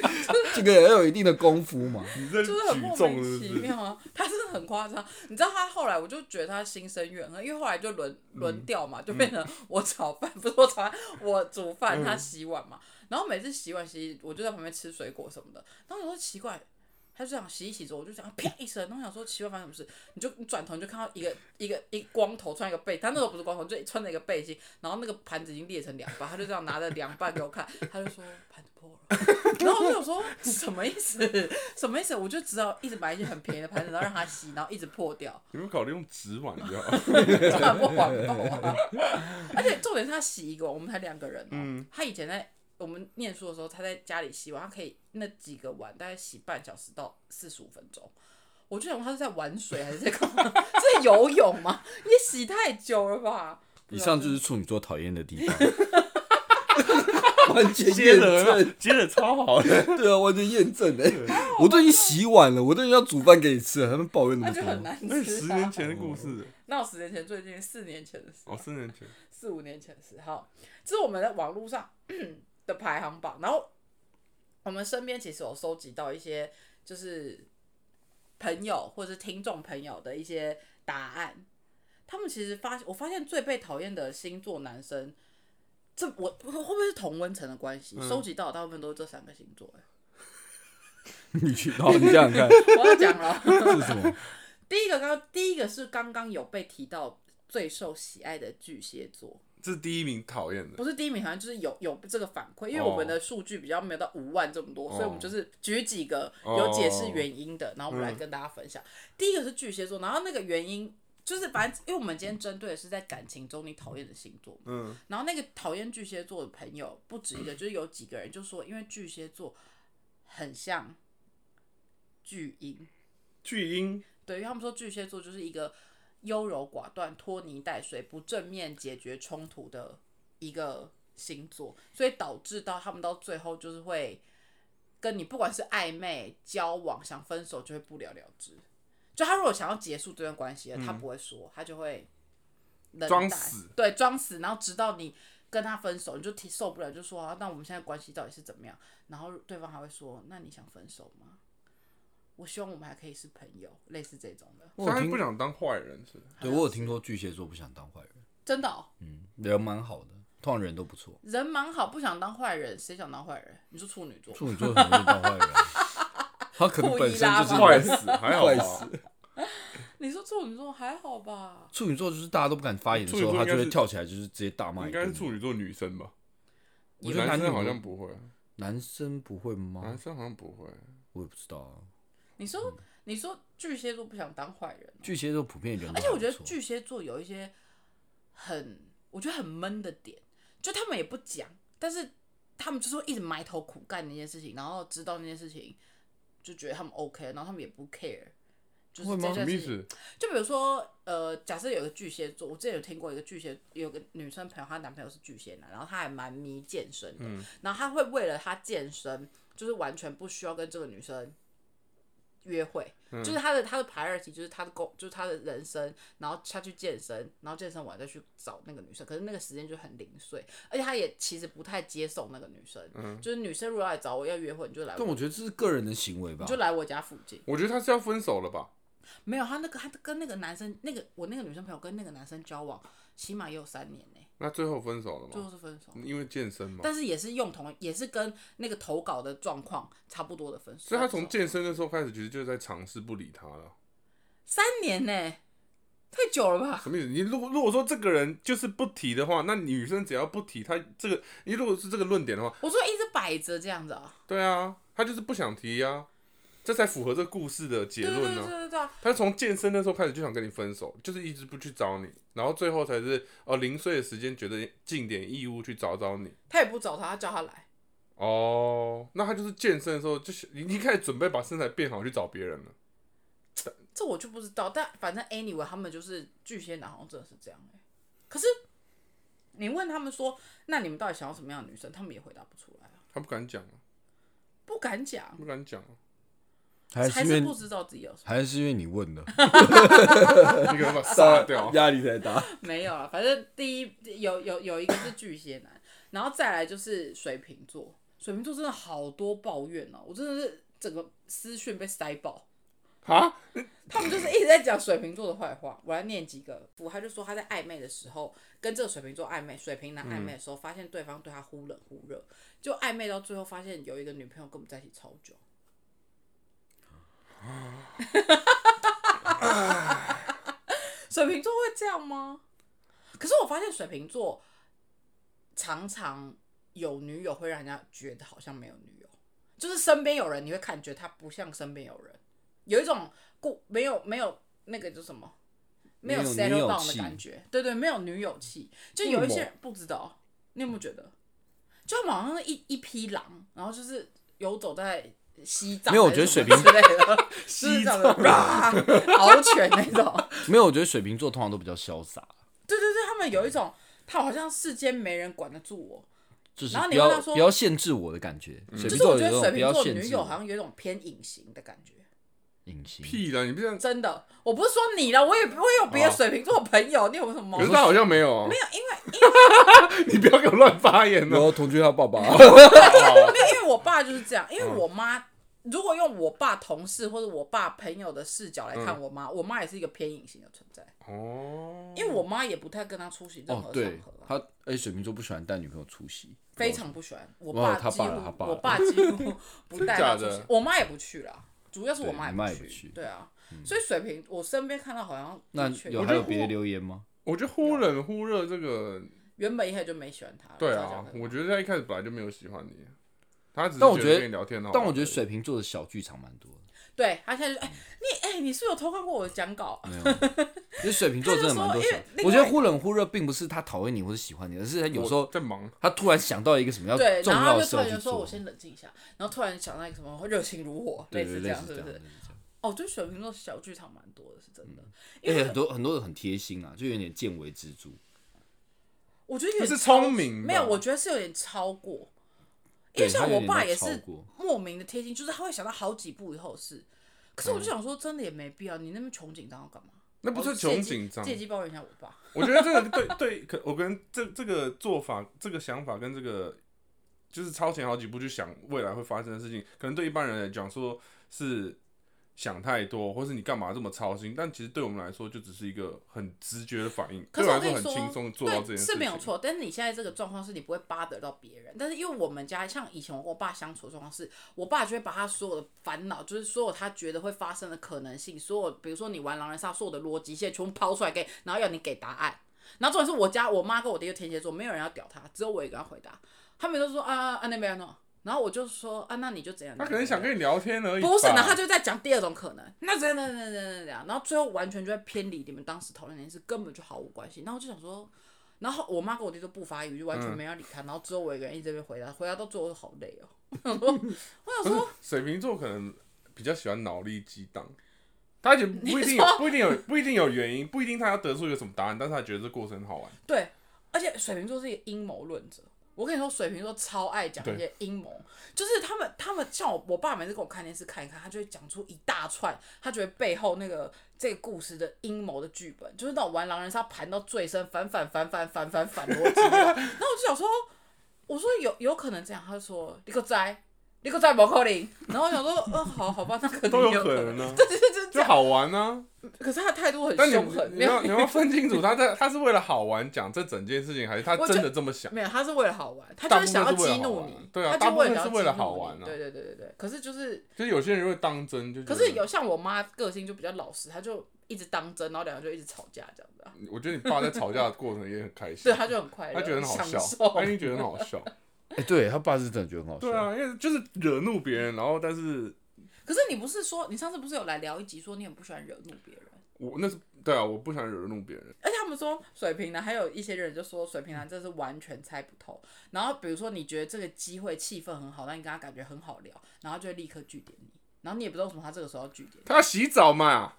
B: 这个也要有一定的功夫嘛。
C: 你这
A: 就是很
C: 举
A: 莫
C: 重
A: 名
C: 是
A: 其
C: 不是？
A: 妙啊，他真的很夸张。你知道他后来，我就觉得他心生怨恨，因为后来就轮
C: 嗯
A: 轮调嘛，就变成我炒饭，不是我炒饭，我煮饭，
C: 嗯
A: 他洗碗嘛。然后每次洗碗洗，我就在旁边吃水果什么的。然后我说奇怪，他就这样洗一洗着，我就想啪一声，然后我想说奇怪发生什么事，你就你转头你就看到一个一个一个光头穿一个背，他那时候不是光头，就穿着一个背心，然后那个盘子已经裂成两半，他就这样拿着两半给我看，他就说 盘子破了，然后我就想说什么意思？什么意思？我就只好一直买一些很便宜的盘子，然后让它洗，然后一直破掉，
C: 你们考虑用纸碗 就好。
A: 这样不环保啊！ 而且重点是他洗一个，我们才两个人哦、
C: 嗯
A: 他以前在我们念书的时候，他在家里洗碗，他可以那几个碗大概洗半小时到四十五分钟。我就想他是在玩水还是在干嘛？ 是在游泳吗？也洗太久了吧？
B: 以上就是处女座讨厌的地方， 完全验
C: 得
B: 证，
C: 接的超 好的，
B: 对啊，完全验证哎、我都已经洗碗了，我都已经要煮饭给你吃了，他们抱怨那
A: 那
B: 么
A: 就很
B: 多，
A: 难吃、
C: 那
A: 啊。
B: 嗯
C: 是十年前的故事。
A: 那我十年前，最近四年前的事，
C: 哦，四年前，
A: 四五年前的事。好，这是我们在网络上 的排行榜，然后我们身边其实有收集到一些就是朋友或者是听众朋友的一些答案。他们其实发，我发现最被讨厌的星座男生，这我会会不会是同温层的关系？收集到的大部分都是这三个星座、欸。
B: 你去，然后你想想看
A: 我要讲了。
B: 是什 么？
A: 第一个刚第一个是刚刚有被提到最受喜爱的巨蟹座，
C: 这是第一名讨厌的。
A: 不是第一名，好像就是有有这个反馈，因为我们的数据比较没有到五万这么多，所以我们就是举几个有解释原因的，然后我们来跟大家分享。第一个是巨蟹座，然后那个原因就是反正因为我们今天针对的是在感情中你讨厌的星座嘛，
C: 嗯，
A: 然后那个讨厌巨蟹座的朋友不止一个，就是有几个人就说，因为巨蟹座很像巨婴。
C: 巨婴
A: 对，因为他们说巨蟹座就是一个优柔寡断、拖泥带水、不正面解决冲突的一个星座，所以导致到他们到最后就是会跟你不管是暧昧、交往、想分手，就会不了了之。就他如果想要结束这段关系了，他不会说，他就会冷
C: 嗯装
A: 淡
C: 死，
A: 对，装死，然后直到你跟他分手，你就提受不了，就说、啊、那我们现在关系到底是怎么样？然后对方还会说，那你想分手吗？我希望我们还可以是朋友，类似这种的，
B: 我有
C: 他
B: 听
C: 不，想当坏人是不是
B: 对我有听说巨蟹座不想当坏人，
A: 真的哦、
B: 嗯，人蛮好的，通常人都不错。
A: 人蛮好，不想当坏人，谁想当坏人？你说处女座，
B: 处女座很容易当坏人，他可能本身就
A: 故
B: 是
A: 意拉吗
C: 坏死，还好
B: 坏
C: 吧
B: 死。。
A: 你说处女座还好吧？
B: 处女座就是大家都不敢发言的时
C: 处女
B: 候，
C: 座
B: 他
C: 应该
B: 就会
C: 是
B: 跳起来，就是直接大骂
C: 应
B: 一
C: 该
B: 顿
C: 是。处女座女生吧？
B: 我哦觉得
C: 男
B: 男
C: 生
B: 女
C: 好
B: 都
C: 像不会，
B: 男生不会
C: 男
B: 吗？
C: 生好像不会。
B: 我也不知道啊。
A: 你说你说巨蟹座不想当坏人，
B: 巨蟹座普遍人都
A: 而
B: 还不
A: 且
B: 错，
A: 我觉得巨蟹座有一些很我觉得很闷的点，就他们也不讲，但是他们就是会一直埋头苦干那件事情，然后知道那件事情就觉得他们 OK，然后他们也不 care，就是
B: 会
A: 这
B: 吗
C: 什
A: 件
C: 么意
A: 事情
C: 思？
A: 就比如说，呃，假设有个巨蟹座，我之前有听过一个巨蟹，有个女生朋友，她男朋友是巨蟹男，然后她还蛮迷健身的，然后她会为了她健身，就是完全不需要跟这个女生约会，就是她的她的 priority 就是她的工，就是她的人生，然后她去健身，然后健身完再去找那个女生，可是那个时间就很零碎，而且她也其实不太接受那个女生，就是女生如果要来找我要约会，你就来
B: 但
A: 我，
B: 我觉得这是个人的行为吧
A: 你。就来我家附近。
C: 我觉得他是要分手了吧？
A: 没有，他那个他跟那个男生，那个我那个女生朋友跟那个男生交往，起码也有三年呢、
C: 那最后分手了
A: 最
C: 吗？
A: 后是分手，
C: 因为健身嘛。
A: 但是也是用同，也是跟那个投稿的状况差不多的分手。
C: 所以他从
A: 分手
C: 健身的时候开始，其实就在尝试不理他了。
A: 三年呢、太久了吧？
C: 什么意思？你如果如果说这个人就是不提的话，那女生只要不提他这个，你如果是这个论点的话，
A: 我说一直摆着这样子啊，
C: 对啊，他就是不想提呀、这才符合这个故事的结
A: 对对对对
C: 论呢、啊。
A: 对对啊，
C: 他从健身的时候开始就想跟你分手，就是一直不去找你，然后最后才是哦零碎的时间觉得尽点义务去找找你。
A: 他也不找他，他叫他来，
C: 哦，那他就是健身的时候就是已经开始准备把身材变好去找别人了。
A: 这我就不知道。但反正 anyway，他们就是巨蟹男，好像真的是这样哎、可是你问他们说，那你们到底想要什么样的女生？他们也回答不出来啊，
C: 他不敢讲啊，
A: 不敢讲，
C: 不敢讲啊，
B: 还
A: 还
B: 是
A: 是
B: 因
A: 不
B: 为
A: 知道自己有什么。
B: 还是因为你问 的，。
C: 你可能把他杀掉啊
B: 压力太大。
A: 没有啊了，反正第一有有有一个是巨蟹男，然后再来就是水瓶座，水瓶座真的好多抱怨哦、我真的是整个私讯被塞爆。
C: 啊，
A: 他们就是一直在讲水瓶座的坏话，我来念几个。我他就说他在暧昧的时候，跟这个水瓶座暧昧，水瓶男暧昧的时候，发现对方对他忽冷忽热，就暧昧到最后发现有一个女朋友跟我们在一起超 久。水瓶座会这样吗？可是我发现水瓶座常常有女友，会让人家觉得好像没有女友，就是身边有人，你会感觉他不像身边有人，有一种故没有没有那个叫什么，没有
B: 没有
A: settle
B: 女友
A: down 的
B: 气
A: 感觉，对对，没有女友气，就有一
C: 为什
A: 些
C: 么
A: 人不知道，你有没有觉得？就他们好像一一匹狼，然后就是游走在西藏
B: 没有我
A: 还是
B: 觉
A: 什么
B: 得 水
A: 之类
B: 瓶
A: 的，西藏的獒啊犬那种。
B: 没有，我觉得水瓶座通常都比较潇洒，
A: 对对对，他们有一种，他好像世间没人管得住我，
B: 就是
A: 然后
B: 不
A: 你问
B: 要
A: 他说
B: 不要限制我的感觉。水
A: 就
B: 瓶
C: 嗯
A: 是我
B: 座
A: 觉
B: 有
A: 得水
B: 一种不
A: 瓶
B: 要
A: 座
B: 限
A: 女
B: 制
A: 友好
B: 我，
A: 像有一种偏隐形的感觉，
B: 隐形。
C: 屁啦，你不这样，
A: 真的，我不是说你了，我也我也有别的
C: 哦
A: 水瓶座朋 友，你有什么毛
C: 可
A: 病？
C: 是他好像没有啊
A: 没。有， 因为
C: 你不要给我乱发言
B: 然
C: 哦。
B: 后啊同居他爸爸，
A: 没有，因为我爸就是这样，因为
B: 嗯
A: 我妈。如果用我爸同事或者我爸朋友的视角来
B: 嗯
A: 看我妈，我妈也是一个偏隐形的存在，
C: 哦，
A: 因为我妈也不太跟他出席任
B: 哦
A: 何场
B: 对
A: 合啊、，
B: 他哎、水瓶座不喜欢带女朋友出席，
A: 非常不喜欢。我
B: 哇
A: 爸
B: 他
A: 几
B: 爸
A: 乎
B: 了他爸了
A: 我爸几乎不带他出
C: 真假
A: 席
C: 的，
A: 我妈也不去啦，主要是我
B: 对
A: 妈
B: 你妈也
A: 不
B: 不去嗯
A: 对啊，所以水瓶我身边看到好像
B: 那
A: 的确
B: 有
A: 我
B: 还
A: 觉
B: 有
A: 得
B: 别的
A: 我
B: 留言吗？
C: 我觉得忽冷忽热这个，
A: 原本一开始就没喜欢他，
C: 对
A: 照这样
C: 啊
A: 看，
C: 我觉得他一开始本来就没有喜欢你，他只是
B: 但我觉得
C: 跟你聊天好玩
B: 但我觉得水瓶座的小剧场蛮多的，
A: 对他现在就哎、你哎、你是不是有偷看过我的讲稿？
B: 没有，因为水瓶座真的蛮多小
A: 他就说因为。
B: 我觉得忽冷忽热并不是他讨厌你或者喜欢你，而是他有时
C: 我
B: 候
C: 在忙，
B: 他突然想到一个什么要
A: 对，
B: 重
A: 然后他
B: 要
A: 就
B: 的
A: 突
B: 事要
A: 然
B: 去
A: 就说：“
B: 做
A: 我，先冷静一下。”然后突然想到一个什么热情如火，
B: 对
A: 似
B: 对，
A: 这
B: 类
A: 样，
B: 似
A: 是
B: 这
A: 不
B: 样。
A: 是
B: 类？似这样
A: 哦，对，水瓶座小剧场蛮多的，是真的。
B: 而
A: 因
B: 且
A: 为
B: 哎很多很多人很贴心啊，就有点见微知著。
A: 我觉得有点
C: 这是
A: 超
C: 聪明吧，
A: 没有，我觉得是有点超过。因
B: 对
A: 为像
B: 他有
A: 我
B: 点
A: 爸
B: 在
A: 也
B: 超
A: 是
B: 过
A: 莫名的贴心，就是他会想到好几步以后的事。可是我就想说，真的也没必要，你那么穷紧张要干嘛？
C: 那嗯不是
A: 我
B: 哦
A: 借
C: 穷
A: 机
C: 紧张，啊
A: 借机抱怨一下我爸。
C: 我觉得这个对对，可我跟这这个做法、这个想法跟这个就是超前好几步去想未来会发生的事情，可能对一般人来讲说是想太多，或是你干嘛这么操心，但其实对我们来说就只是一个很直觉的反应，
A: 可
C: 对
A: 是
C: 我
A: 我
C: 来
A: 跟
C: 说
A: 你说，
C: 很轻松做到这
A: 对
C: 件事
A: 是
C: 情，
A: 没有错。但是你现在这个状况是你不会巴得到别人，但是因为我们家像以前我跟我爸相处的状况是，我爸就会把他所有的烦恼，就是所有他觉得会发生的可能性，所有比如说你玩狼人杀所有的逻辑线全部抛出来给你，然后要你给答案。然后重点是我家我妈跟我弟就天蝎座，没有人要屌他，只有我一个人要回答。他们都说啊啊那边弄，然后我就说啊那你就怎样。
C: 他可能想跟你聊天而已吧，
A: 不是，然后他就在讲第二种可能，那这样那样那样那样那样，然后最后完全就会偏离你们当时讨论的事，根本就毫无关系。然后我就想说，然后我妈跟我弟都不发语，就完全
C: 嗯
A: 没有理他，然后只有我一个人一直在那边回答，回答到最后都好累哦。
C: 不是水瓶座可能比较喜欢脑力激荡。他也不一定有不一定有不一定有原因，不一定他要得出一个什么答案，但是他觉得这过程很好 玩。
A: 对，而且水瓶座是一个阴谋论者。我跟你说，水瓶座超爱讲一些阴谋，就是他们他们像我我爸每次给我看电视看一看，他就会讲出一大串，他觉得背后那个这个故事的阴谋的剧本，就是那种玩狼人杀盘到最深，反反反反反反反逻辑那种。然后我就想说，我说有有可能这样，他就说你个灾，你个灾毛克林。然后我想说，哦，好好吧，那可能
C: 都有
A: 有
C: 可
A: 能
C: 能啊
A: 对对对对，这
C: 就
A: 样。
C: 好玩啊！
A: 可是他的态度很
C: 但你
A: 凶狠，
C: 你
A: 没有
C: 要你要分清楚，他 在他是为了好玩讲这整件事情，还是他
A: 我
C: 真
A: 觉
C: 的这么想？
A: 没有，他是为了好玩，他就是想要激怒你，
C: 对啊
A: 他就为了想要激
C: 大部分是为
A: 怒
C: 了
A: 你
C: 好玩啊
A: 对对对对对。可是就是，
C: 就是有些人会当真，就觉
A: 可
C: 得
A: 是有像我妈个性就比较老实，她就一直当真，然后两个就一直吵架这样子啊、
C: 我觉得你爸在吵架的过程也很开心
A: 对，，她就很快乐，
C: 嗯他觉得很好
A: 享
C: 笑，
A: 受。
C: 他一定觉得很好 笑。
B: 哎、对他爸是真的觉得很好笑。
C: 对啊，因为就是惹怒别人，然后但是
A: 可是你不是说你上次不是有来聊一集说你很不喜欢惹怒别人？
C: 我那是对啊，我不想惹怒别人。
A: 而且他们说水瓶男，还有一些人就说水瓶男真的是完全猜不透。然后比如说你觉得这个机会气氛很好，但你跟他感觉很好聊，然后他就会立刻据点你，然后你也不知道为什么他这个时候要据 点你。
C: 他要洗澡嘛？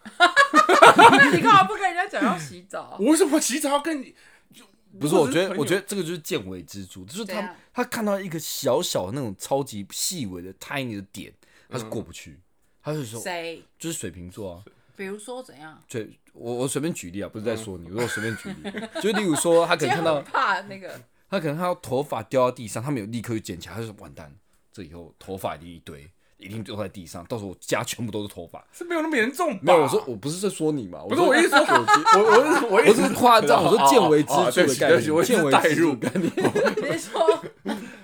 A: 那你干嘛不跟人家讲要洗澡？
C: 我为什么洗澡要跟你？
B: 不是，我觉
C: 朋
B: 得，
C: 友
B: 我觉得这个就是见微知著，就是
A: 对
B: 他
A: 啊
B: 他看到一个小小的那种超级细微的 tiny 的点，他是
C: 嗯
B: 过不去，他就说
A: 谁？
B: 就是水瓶座啊，
A: 比如说怎样？
B: 对我我随便举例啊，不是在说
C: 嗯
B: 你，我随便举例，就例如说他可
A: 今天
B: 能看 到
A: 很怕那个，
B: 他可能看到头发掉到地上，他没有立刻去捡起来，他就说完蛋，这以后头发一定一堆，一定丢在地上，到时候我家全部都是头发。
C: 是没有那么严重吧？
B: 没有，我说我不是在说你嘛，
C: 不
B: 不
C: 是我一直说，我我我一直我 一
B: 我
C: 直
B: 只是夸张，我说见微知
C: 哦哦哦对
B: 著
C: 不
B: 的
C: 起
B: 概
C: 对不
B: 念，
C: 起
B: 见
C: 我
B: 微
C: 一直带
B: 知著
C: 入
B: 概念。
A: 你说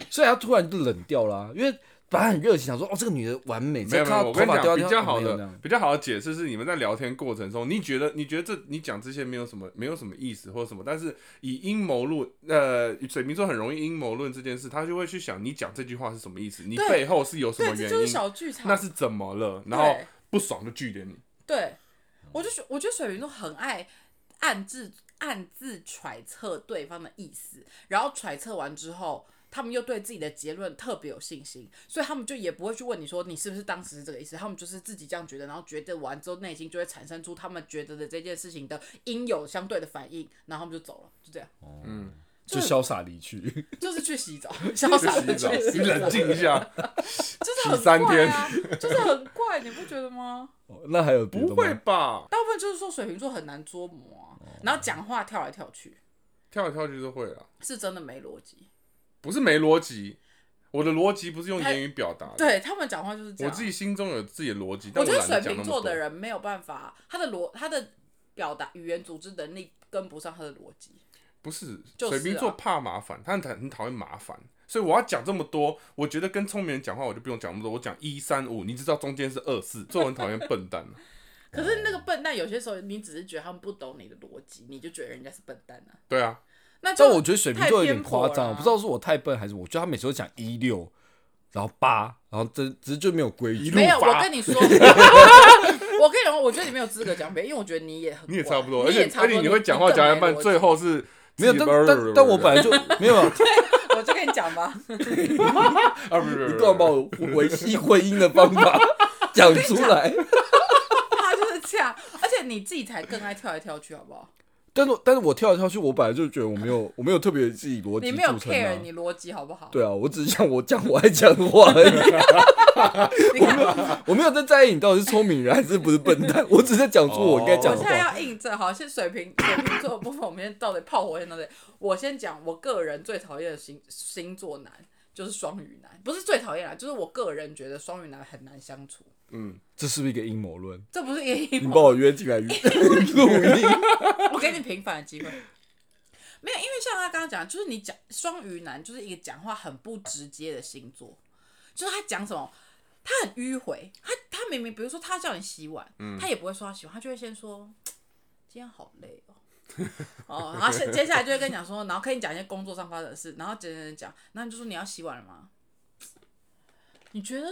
B: 所以他突然就冷掉啦、因为本来很热情，想说哦这个女的完美，
C: 没
B: 只
C: 有没
B: 要看
C: 有，
B: 到
C: 我
B: 头
C: 跟你
B: 发掉地
C: 讲，比
B: 上
C: 较
A: 哦
C: 好
B: 没有那
C: 的
B: 样
C: 比较好的解释是，你们在聊天过程中，你觉得你觉得这你讲这些没有什么没有什么意思或什么，但是以阴谋论，呃，水瓶座很容易阴谋论这件事，他就会去想你讲这句话是什么意思，你
A: 对
C: 背后是有什么
A: 对，这
C: 原
A: 就是
C: 因，
A: 小剧场。
C: 那是怎么了，然后
A: 对
C: 不爽就据点你。
A: 对，我就觉我觉得水瓶座很爱暗自暗自揣测对方的意思，然后揣测完之后。他们又对自己的结论特别有信心，所以他们就也不会去问你说你是不是当时是这个意思，他们就是自己这样觉得，然后觉得完之后内心就会产生出他们觉得的这件事情的应有相对的反应，然后他们就走了，就这样。
B: 哦
C: 嗯，
B: 就潇洒离去。
A: 就是去洗澡，潇洒
C: 去
A: 的
C: 洗澡
A: 去，
C: 你
A: 洗澡，
C: 冷静一下，
A: 就是
C: 洗
A: 很
C: 三
A: 怪啊，就是很怪，你不觉得吗？
B: 哦那还有别
C: 不
B: 的
C: 会
B: 吗？
C: 吧？
A: 大部分就是说水瓶座很难捉摸啊，
B: 哦
A: 然后讲话跳来跳去，
C: 跳来跳去都会了，
A: 是真的没逻辑。
C: 不是没逻辑。我的逻辑不是用
A: 他
C: 言语表达的，
A: 对他们讲话就是这
C: 我
A: 样。
C: 自己心中有自己的逻辑，但
A: 我
C: 我
A: 觉得
C: 懒
A: 水
C: 得讲
A: 瓶
C: 那
A: 座
C: 么
A: 的
C: 多。
A: 人没有办法，他的逻他的表达语言组织能力跟不上他的逻辑。
C: 不是
A: 就是
C: 水
A: 啊
C: 瓶座怕麻烦，他很讨很讨厌麻烦，所以我要讲这么多。我觉得跟聪明人讲话，我就不用讲那么多，我讲一三五，你知道中间是二四，所以我很讨厌 笨蛋啊。
A: 可是那
B: 哦
A: 个笨蛋，有些时候你只是觉得他们不懂你的逻辑，你就觉得人家是笨蛋啊。
C: 对啊，
A: 那就
B: 但我觉得水瓶座有点夸
A: 太偏颇
B: 张，
A: 了啊
B: 我不知道是我太笨还是我，觉得他每次都讲一六，然后八，然后这只是就没有规
C: 一
B: 矩
C: 路。
A: 没有。
C: 发
A: 我跟你 说，我跟你说，我觉得你没有资格讲别人，因为我觉得你也很
C: 你也
A: 怪
C: 差不多，而
A: 你也
C: 且
A: 差不
C: 而
A: 多
C: 且你会讲话
A: 更没
C: 讲一半，
A: 逻辑
C: 最后是
B: 没有，
C: 自己
B: 但 但但我本来就没有啊，
A: 我就跟你讲吧，
C: 啊不是
B: 你干嘛把我维系婚姻的方 法讲出来？
C: 啊
A: 他就是这样，而且你自己才更爱跳来跳去，好不好？
B: 但是但是我跳来跳去，我本来就觉得我没有我没有特别自己逻辑
A: 你没有
B: 组成啊
A: care 你逻辑好不好？
B: 对啊，我只是想我讲我爱讲的话而已，
A: 你看，
B: 我没有在在意你到底是聪明人还是不是笨蛋，我只是在讲出我应该
A: 我
B: 讲的
A: 现在
B: 话。
A: 要印证，好，现在水瓶水瓶座的部分，我们先到底炮火先到这里。我先讲，我个人最讨厌的星星座男就是双鱼男，不是最讨厌啦，就是我个人觉得双鱼男很难相处。
C: 嗯，
B: 这是不是一个阴谋论？
A: 这不是一个阴
B: 你
A: 谋
B: 把我约进来 录音，
A: 我给你平反的机会。没有，因为像他刚刚讲，就是你讲双鱼男就是一个讲话很不直接的星座，就是他讲什么，他很迂回，他他明明比如说他叫你洗碗，他也不会说他洗碗，他就会先说今天好累哦。 哦，然后接接下来就会跟你讲说，然后跟你讲一些工作上发生的事，然后讲讲讲讲，然后你就说你要洗碗了吗？你觉得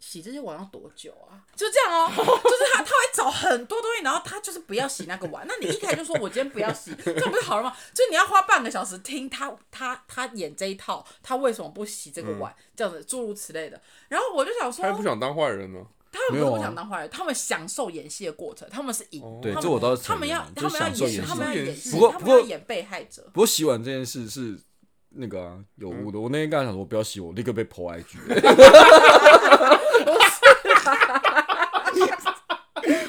A: 洗这些碗要多久啊？就这样哦， 就是他他会找很多东西，然后他就是不要洗那个碗。那你一开始就说我今天不要 洗，这样不就好了吗？就你要花半个小时听他他他演这一套，他为什么不洗这个碗，这样子诸如此类的。然后我就想说
C: 嗯他也，不想当坏人哦 呢。
A: 他们不
B: 没
A: 是
B: 有啊
A: 不想当坏人，他们享受演戏的过程，他们是赢。
B: 对
A: 他们
B: 这我倒是
A: 他们要他
B: 承认啊就
A: 们要
B: 享受演
A: 演
B: 戏
A: 他们要演
C: 不
A: 戏，
B: 过
A: 他们
B: 不过
A: 要演被害者。
B: 不过洗碗这件事是那个啊有误的。我那天跟他讲说我不要洗，我立刻被泼 IG。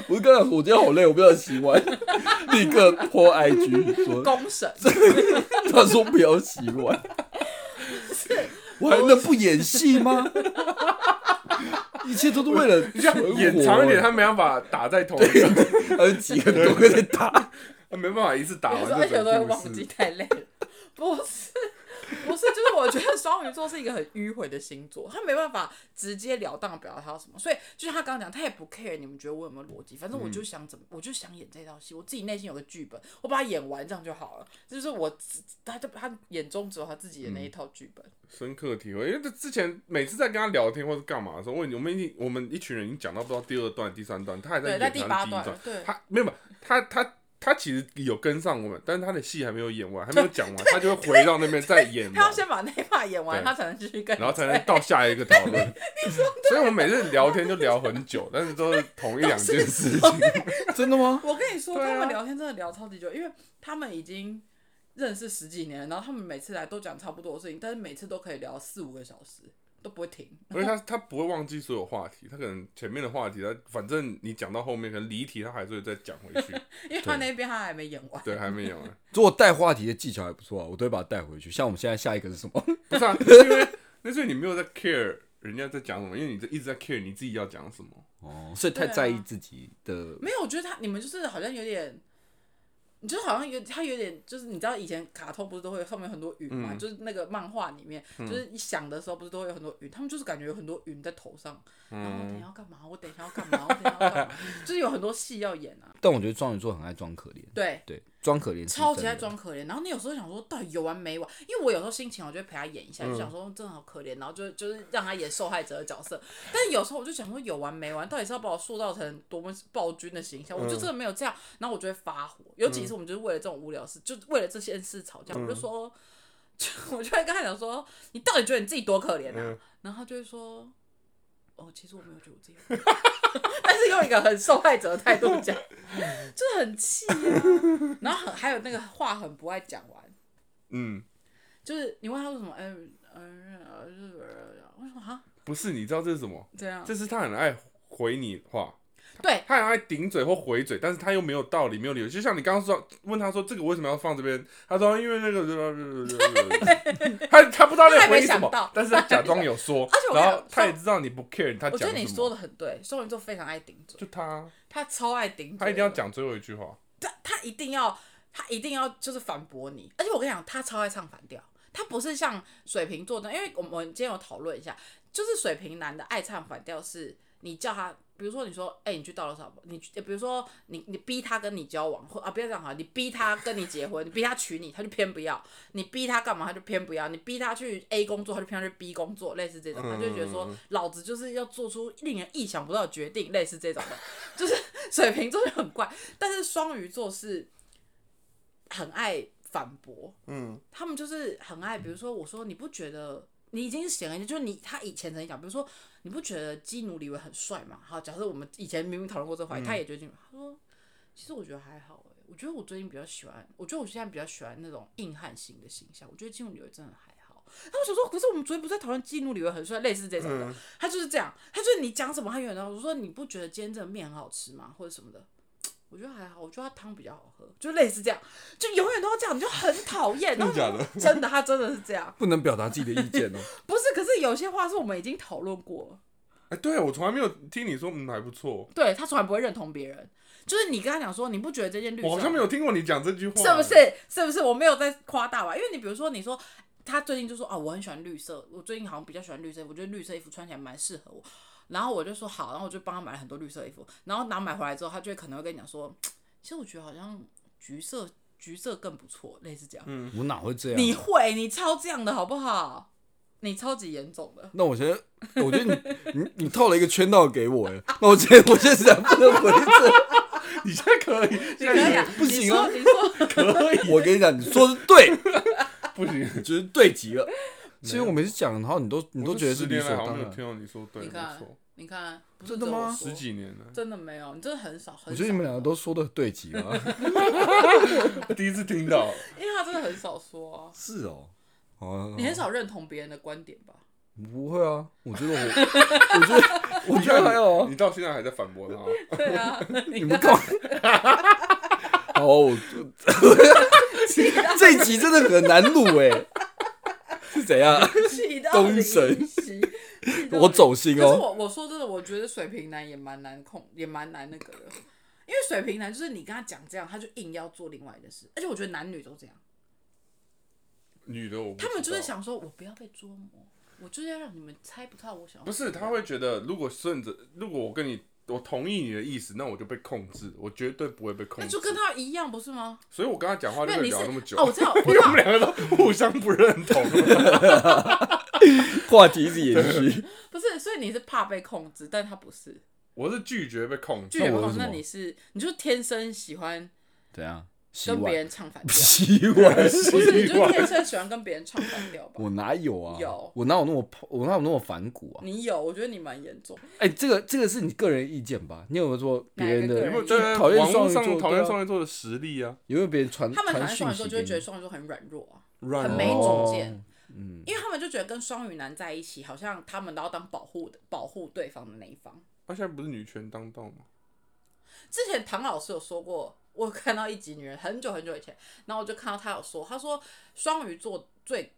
B: 我就跟他讲说我今天好累，我不要洗碗， 立刻泼 IG 说，
A: 公审，
B: 他说不要洗碗， 我还能不演戏吗？一切都是为了
C: 你这
B: 存
C: 样
B: 活
C: 演长一点，他没办法打在同一个，
B: 还有几个人都在打，
C: 他没办法一次 打
A: 有
C: 完
A: 时候 而
C: 这
A: 且我都会
C: 本
A: 忘
C: 故
A: 记，
C: 事。
A: 太累了。不是，不是，就是我觉得双鱼座是一个很迂回的星座，他没办法直截了当地表达他要什么，所以就是他刚刚讲，他也不 care 你们觉得我有没有逻辑，反正我就
C: 嗯
A: 想怎么，我就想演这套戏，我自己内心有个剧本，我把它演完这样就好了。这就是我自，他就他眼中只有他自己的
C: 嗯
A: 那一套剧本。
C: 深刻体会，因为这之前每次在跟他聊天或者干嘛的时候，我已我们已经我们一群人已经讲到不知道第二段、第三段，他还
A: 对，
C: 演
A: 在
C: 他
A: 第
C: 的
A: 八
C: 第一
A: 段
C: 段，，
A: 对，
C: 他没有没有他他他其实有跟上我们，但是他的戏还没有演完，还没有讲完，他就会回到那边再演
A: 他要
C: 完，
A: 先把那一 part 演完，
C: 对
A: 他才能继续跟你。
C: 然后才能到下一个讨 论。所以我们每次聊天就聊很久，但是都是同一两件事情。
B: 真的 吗？
A: 我跟你说，
C: 对啊
A: 他们聊天真的聊超级久，因为他们已经认识十几年了，然后他们每次来都讲差不多的事情，但是每次都可以聊四五个小时，都不会停。
C: 而且他他不会忘记所有话题，他可能前面的话题，他反正你讲到后面可能离题，他还是会再讲回去。
A: 因为他那边他还没演完，
C: 对，还没演完。
B: 如果带话题的技巧还不错啊，我都会把它带回去。像我们现在下一个是什么？
C: 不是啊，因为那所以你没有在 care 人家在讲什么，因为你这一直在 care 你自己要讲什么。
B: 哦，所以太
A: 对啊
B: 在意自己的
A: 没有，我觉得他你们就是好像有点。你就好像有他有点，就是你知道以前卡通不是都会有上面有很多云嘛，
C: 嗯
A: 就是那个漫画里面，就是一想的时候不是都会有很多云，他们就是感觉有很多云在头上，然后我
C: 嗯
A: 等一下要干嘛，我等一下要干嘛，我等一下要干 嘛，就是有很多戏要演啊，
B: 但我觉得双鱼座很爱装可怜，
A: 对，
B: 对，装可怜是
A: 超级
B: 真
A: 爱
B: 的。
A: 装可怜。然后你有时候想说，到底有完没完？因为我有时候心情好，我就会陪他演一下，就想说嗯真的好可怜，然后就就是让他演受害者的角色。但是有时候我就想说，有完没完？到底是要把我塑造成多么暴君的形象？我就真的没有这样，然后我就会发火。有几次我们就是为了这种无聊事，就为了这件事吵架，我就说， 就我就会跟他讲说，你到底觉得你自己多可怜啊
C: 嗯？
A: 然后他就会说。哦，其实我没有觉得我自己很可怜， 但是用一个很受害者的态度讲，就是很气啊。然后很还有那个话很不爱讲完，
C: 嗯，
A: 就是你问他为什么，嗯嗯呃，日本人为什么哈？
C: 不是，你知道这是什么？
A: 这样
C: 这是他很爱回你话，
A: 对
C: 他很爱顶嘴或回嘴，但是他又没有道理，没有理由。就像你刚刚说，问他说这个为什么要放这边，他说因为那呃个，呃 他他不知道在回你什么，但是他假装有说，然后他也知道你不 care 他
A: 我觉
C: 讲
A: 得你
C: 什
A: 说
C: 么，
A: 的很对，双鱼座非常爱顶嘴，
C: 就他，啊
A: 他超爱顶嘴，
C: 他一定要，讲最后一句话。
A: 他他一定要，他一定要就是反驳你，而且我跟你讲，他超爱唱反调，他不是像水瓶座的，因为我们今天有讨论一下，就是水瓶男的爱唱反调是，你叫他。比如说，你说，哎、你去到了什么？你去比如说你，你逼他跟你交往，或啊，不要讲好了，你逼他跟你结婚，你逼他娶你，他就偏不要；你逼他干嘛，他就偏不要；你逼他去 A 工作，他就偏要去 B 工作，类似这种，他就觉得说，老子就是要做出令人意想不到的决定，类似这种的，就是水瓶座就很怪，但是双鱼座是很爱反驳，
C: 嗯，
A: 他们就是很爱，比如说我说你不觉得你已经是显而易见，就是你他以前曾经讲，比如说你不觉得基努里维很帅吗？好，假设我们以前明明讨论过这个话题，他也觉得基努，他说其实我觉得还好哎、我觉得我最近比较喜欢，我觉得我现在比较喜欢那种硬汉型的形象，我觉得基努里维真的还好。那我想说，可是我们昨天不是在讨论基努里维很帅，类似这种的，他就是这样，他就是你讲什么他有的，我说你不觉得今天这个面很好吃吗，或者什么的。我觉得还好，我觉得它汤比较好喝，就类似这样，就永远都要这样，你就很讨厌。然后
C: 真的假
A: 我就真的，他真的是这样。
B: 不能表达自己的意见哦。
A: 不是，可是有些话是我们已经讨论过了，
C: 哎，对我从来没有听你说，嗯，还不错，
A: 对他从来不会认同别人。就是你跟他讲说，你不觉得这件绿色，
C: 我好像没有啊听过你讲这句话，
A: 是不？是？是不是？我没有在夸大吧？因为你比如说，你说他最近就说哦，我很喜欢绿色，我最近好像比较喜欢绿色衣服，觉得绿色衣服穿起来蛮适合我。然后我就说好，然后我就帮他买了很多绿色衣服。然后拿买回来之后，他就会可能会跟你讲说，其实我觉得好像橘色橘色更不错，类似这样。
B: 我哪会这样？啊
A: 你会，你超这样的好不好？你超级严重的。
B: 那我觉得，我觉得你你你套了一个圈套给我，哎，那我觉得我现在不能回这，
C: 你现在可以，现
A: 可以
C: 在
A: 啊，
B: 不行啊
A: 你说，你说，
C: 可以，
B: 我跟你讲，你说的 对，
C: 不行。
B: 就是对极了。所以我每次讲，然后你都你
C: 我
B: 都
C: 这
B: 觉得
C: 十
B: 是理
C: 年
B: 所
C: 来好像
B: 当
C: 没有
B: 然。哦
C: 听到你说对，
A: 你
C: 没
A: 看
C: 错，，
A: 你看，不是
B: 真的
A: 只
B: 吗
A: 有
C: 十
A: 我说
C: 几年了。
A: 真的没有，你真的很少。很
B: 我觉得你们
A: 少
B: 两个都说的对极了。
C: 第一次 听到，
A: 因为他真的很少说啊、
B: 是哦，哦
A: 你，很少认同别人的观点 吧？
B: 不会啊，我觉得 我，我觉得我觉得还好啊。
C: 哦你到现在还在反驳他，
A: 对啊，
B: 你
A: 你
B: 们干嘛？好，哦 我这一集真的很难录哎，是怎样？
A: 气到
B: 公
A: 灵
B: 神
A: 犀，气到
B: 我
A: 灵
B: 走心
A: 可是
B: 哦。
A: 我我说真的，我觉得水瓶男也蛮难控，也蛮难那个的，因为水瓶男就是你跟他讲这样，他就硬要做另外的事，而且我觉得男女都这样，
C: 女的我不知道
A: 他们就是，想说我不要被捉摸，我就是要让你们猜不到我想要
C: 不是他会觉得，如果顺着，如果我跟你，我同意你的意思，那我就被控制，我绝对不会被控
A: 那
C: 制。
A: 就跟他一样不是吗？
C: 所以我跟他讲话就
A: 因
C: 会
A: 为你是
C: 聊那么久，
A: 哦，我知道，我
C: 因
A: 知
C: 为我
A: 道
C: 们，两个都互相不认同。
B: 话题一直延续。
A: 不是，所以你是怕被控制，但他不是
C: 我是拒绝被控
A: 拒
C: 制，
A: 绝
B: 那
A: 被
B: 我
A: 控
B: 是
A: 制，
B: 什
A: 那
B: 么
A: 你是你就是天生喜欢
B: 怎样？洗
A: 跟别
B: 碗？
A: 人唱反调。
B: 洗碗？
A: 不是，你就天生喜欢跟别人唱反调吧？
B: 我哪有啊？
A: 有
B: 我哪有那么我哪有那么反骨啊？
A: 你有，我觉得你蛮严重。
B: 哎、这个这个是你个人意见吧？你有没有说别人的？
A: 哪一个个人
C: 有没有
A: 就
C: 在
B: 讨厌
C: 网络
B: 双鱼
C: 上
B: 座
C: 讨厌
B: 对啊
C: 双鱼座的实力啊？
B: 有没有别人传
A: 他们
B: 传
A: 谈双
B: 讯
A: 鱼座
B: 息
A: 就会觉
B: 给
A: 得
B: 你？
A: 双鱼座很软弱啊，
C: 软
A: 很没主见
B: 哦嗯，
A: 因为他们就觉得跟双鱼男在一起，好像他们都要当保护的保护对方的那一方。
C: 他现在不是女权当道吗？
A: 之前唐老师有说过，我有看到一集女人很久很久以前，然后我就看到他有说，他说双鱼座最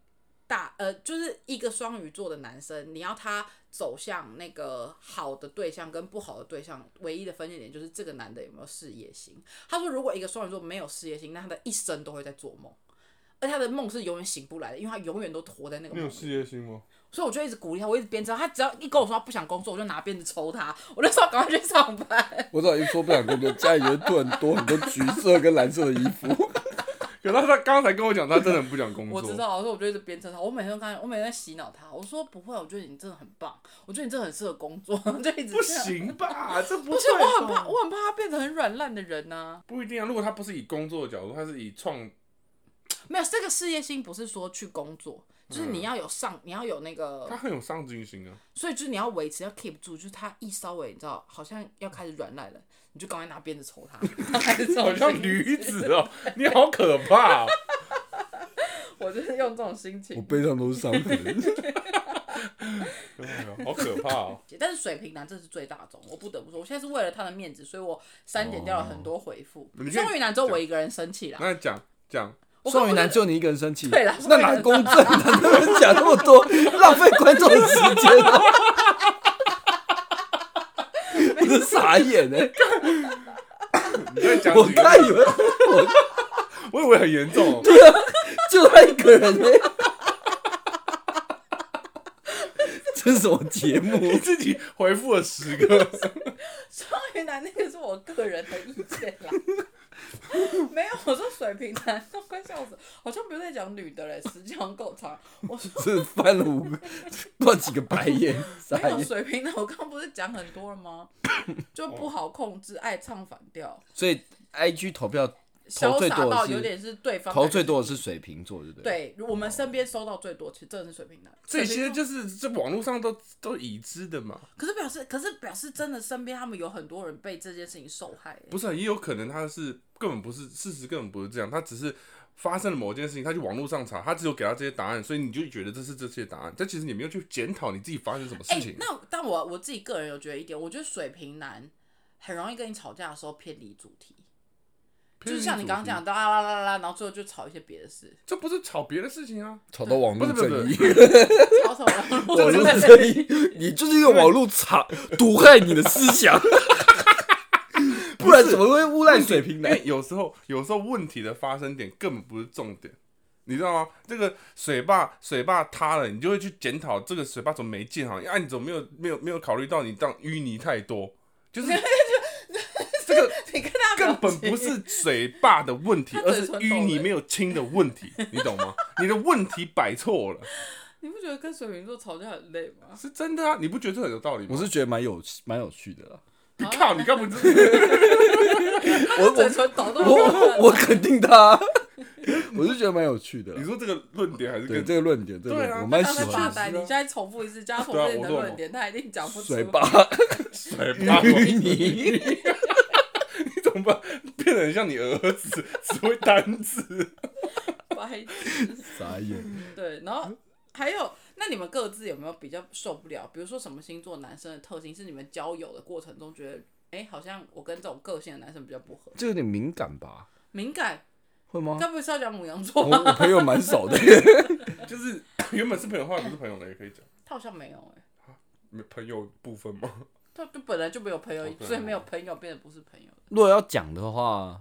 A: 大呃，就是一个双鱼座的男生，你要他走向那个好的对象跟不好的对象，唯一的分界点就是这个男的有没有事业心。他说，如果一个双鱼座没有事业心，那他的一生都会在做梦。而他的梦是永远醒不来的，因为他永远都活在那个
C: 你
A: 梦
C: 有
A: 里。
C: 事业心吗？
A: 所以我就一直鼓励他，我一直鞭策他。他只要一跟我说他不想工作，我就拿鞭子抽他。我就说赶快去上班。
B: 我早一说不想工作，家里就突然多很多橘色跟蓝色的衣 服。
C: 可是他刚才跟我讲，他真的很不想工作。
A: 我知道，所以我就一直鞭策他。我每天都跟他，我每天在洗脑他。我说不会，我觉得你真的很棒，我觉得你真的很适合工作， 就一直
C: 不
A: 这样。
C: 行吧？这不
A: 啊不是，
C: 对吧
A: 我很怕，我很怕他变成很软烂的人呐、
C: 不一定啊。如果他不是以工作的角度，他是以创，
A: 没有，这个事业心不是说去工作，就是你要有上，你要有那个
C: 嗯他，很有上进心啊。
A: 所以就是你要维持，要 keep 住。就是他一稍微你知道，好像要开始软烂了，你就赶快拿鞭子抽 他。他还是这种
C: 好像
A: 心
C: 驴子哦，你好可怕哦、
A: 我就是用这种心
B: 我
A: 情。
B: 背上都是伤痕。
C: 好可怕哦！
A: 但是水瓶男这是最大宗，我不得不说，我现在是为了他的面子，所以我删减掉了很多回复
C: 哦你可。以
A: 双鱼男只有我一个人生气啦。
C: 那讲讲，
A: 我
B: 双鱼男只有你一个人生气，
A: 对啦
B: 那哪公正啊？那边讲那么 多，浪费观众的时间啊！我都傻眼哎、
C: 你在讲
B: 我
C: 几个
B: 刚以为
C: 我以为很严 重哦，
B: 就他一个人 哎、这是什么节目
C: 你？自己回复了十个，
A: 双鱼男那个是我个人的意见啦，没有，我说水瓶男，都快笑死，好像不用再讲女 的嘞，时间好像够长。我说
B: 这翻了五个，乱几个白眼，傻
A: 没有
B: 眼。
A: 水瓶男，我刚刚不是讲很多了吗？就不好控制，爱唱反调，
B: 所以 I G 投票投
A: 潇
B: 最
A: 洒
B: 多
A: 到
B: 的
A: 有
B: 是
A: 点是对方
B: 投最。多的是水瓶座，对不对？
A: 对我们身边收到最多，其实真的是水瓶男。
C: 这
A: 水
C: 些
A: 瓶座
C: 就是这网络上都都已知的嘛，
A: 可是表示，可是表示真的身边他们有很多人被这件事情受害、欸。
C: 不是啊也有可能他是根本不是事实，根本不是这样，他只是发生了某件事情，他去网络上查，他只有给他这些答案，所以你就觉得这是这些答案，但其实你没有去检讨你自己发生什么
A: 哎、
C: 事情。
A: 那但我我自己个人有觉得一点，我觉得水瓶男很容易跟你吵架的时候偏离主题，就是像你刚刚，讲到啊啦啦啦啦，然后最后就吵一些别的事，
C: 这不是吵别的事情啊，
B: 吵到网络
C: 不是不
B: 正
C: 是
B: 义。
A: 吵什 么？
B: 网络正义，你就是一个网络场毒害你的思想， 不然怎么会诬赖水 瓶
C: 因
B: 男
C: 为？有时候有时候问题的发生点根本不是重点，你知道吗？这个水坝水坝塌了，你就会去检讨这个水坝怎么没建好，啊，你怎么没有没有没有考虑到你这样淤泥太多，就是 这个
A: 你跟他
C: 根
A: 表
C: 本
A: 情
C: 不是水坝的问题，
A: 他
C: 而
A: 嘴
C: 是
A: 唇抖了
C: 淤泥没有清的问题，你懂吗？你的问题摆错了，
A: 你不觉得跟水瓶座吵架很累吗？
C: 是真的啊！你不觉得这很有道理吗？
A: 哦
B: 我是觉得蛮有蛮有趣的啦，
C: 你靠，你根本就是
A: 我嘴唇抖动，
B: 我我肯定 他，我是觉得蛮有趣的
C: 你
B: 啦。
C: 说这个论点还是
B: 对
C: 跟
B: 这个论点，这个论
C: 对
B: 点
C: 啊
B: 我蛮
A: 他
B: 喜
A: 在发
B: 欢
C: 是啊
B: 的。
A: 呆。你现在重复一次，加重复你的论点，他一定讲不出。
B: 水坝
C: 水坝
B: 淤泥，
C: 你怎么把变得很像你儿子，只会单字？
A: 白痴。
B: 傻眼。
A: 对，然
B: 嗯
A: 后还有，那你们各自有没有比较受不了？比如说什么星座男生的特性是你们交友的过程中觉得，哎、好像我跟这种个性的男生比较不合，
B: 这有点敏感吧？
A: 敏感？
B: 会 吗？
A: 该不会是要讲母羊
B: 我
A: 座吧？
B: 我朋友蛮少的，
C: 就是原本是朋友，后来不是朋友了，也可以讲
A: 他好像没有哎、
C: 没朋友部分吗？
A: 他就本来就没有朋友
C: 哦，对
A: 所以没有朋友变得不是朋友的。
B: 如果要讲的话，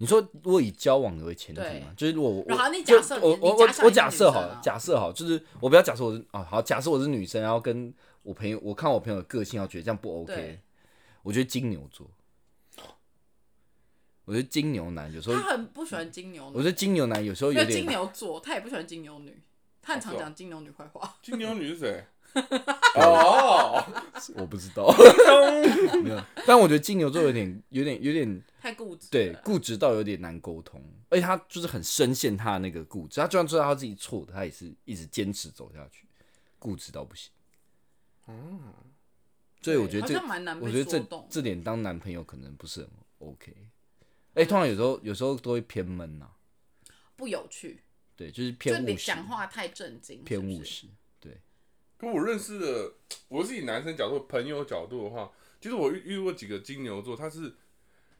B: 你说如果以交往为前提嘛，就是如果我
A: 然后你
B: 就
A: 假设
B: 我
A: 你
B: 我
A: 你
B: 我
A: 假设
B: 我
A: 你
B: 假
A: 是
B: 设
A: 女
B: 好
A: 生
B: 了
A: 啊，
B: 假设好，就是我不要假设我是哦好，假设我是女生，然后跟我朋友我看我朋友的个性，然后觉得这样不 OK，
A: 对
B: 我觉得金牛座，我觉得金牛男有时候
A: 他，很不喜欢金牛
B: 我
A: 男，
B: 觉得金牛男有时候
A: 因
B: 有
A: 为金
B: 点
A: 牛座，他也不喜欢金牛女，他很常讲金牛女坏
B: 哦
A: 话。
C: 金牛女是谁？哦，
B: 我不知道， 没有，但我觉得金牛座有点有点有点
A: 太固执了，
B: 对，固执到有点难沟通，而且他就是很深陷他的那个固执，他就算知道他自己错的，他也是一直坚持走下去，固执到不行。所以我觉得
A: 嗯好
B: 这
A: 像，蛮难
B: 我
A: 被
B: 觉得
A: 说
B: 这
A: 动。
B: 这点当男朋友可能不是很 OK。哎、通常有时候有时候都会偏闷呐、啊
A: 不有趣，
B: 对，就是
A: 就
B: 偏
A: 你
B: 务实，
A: 讲话太震惊，
B: 偏
A: 是不
B: 务
A: 是。
B: 实。对，
C: 跟我认识的，我是以男生角度、朋友角度的话，其实我遇遇过几个金牛座，他是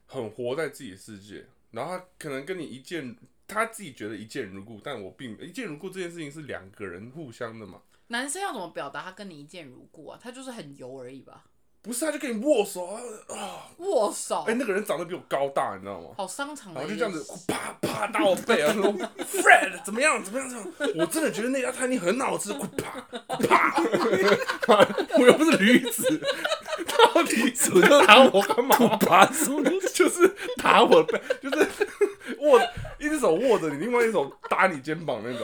C: 很活在自己的世界，然后他可能跟你一见，他自己觉得一见如故，但我并一见如故这件事情是两个人互相的嘛，
A: 男生要怎么表达他跟你一见如故啊？他就是很油而已吧。
C: 不是他就跟你握手啊，啊
A: 握手，
C: 哎、那个人长得比我高大，你知道吗？
A: 好商场
C: 然
A: 的
C: 后
A: 一
C: 就
A: 个
C: 这样子啪啪打我背啊，说 Fred 怎么样怎么样怎么样，我真的觉得那家餐厅很好吃，啪啪，我又不是驴子，到底怎么打我干嘛？
B: 爬出
C: 就是打我的背，就是握一只手握着你，另外一手搭你肩膀那种。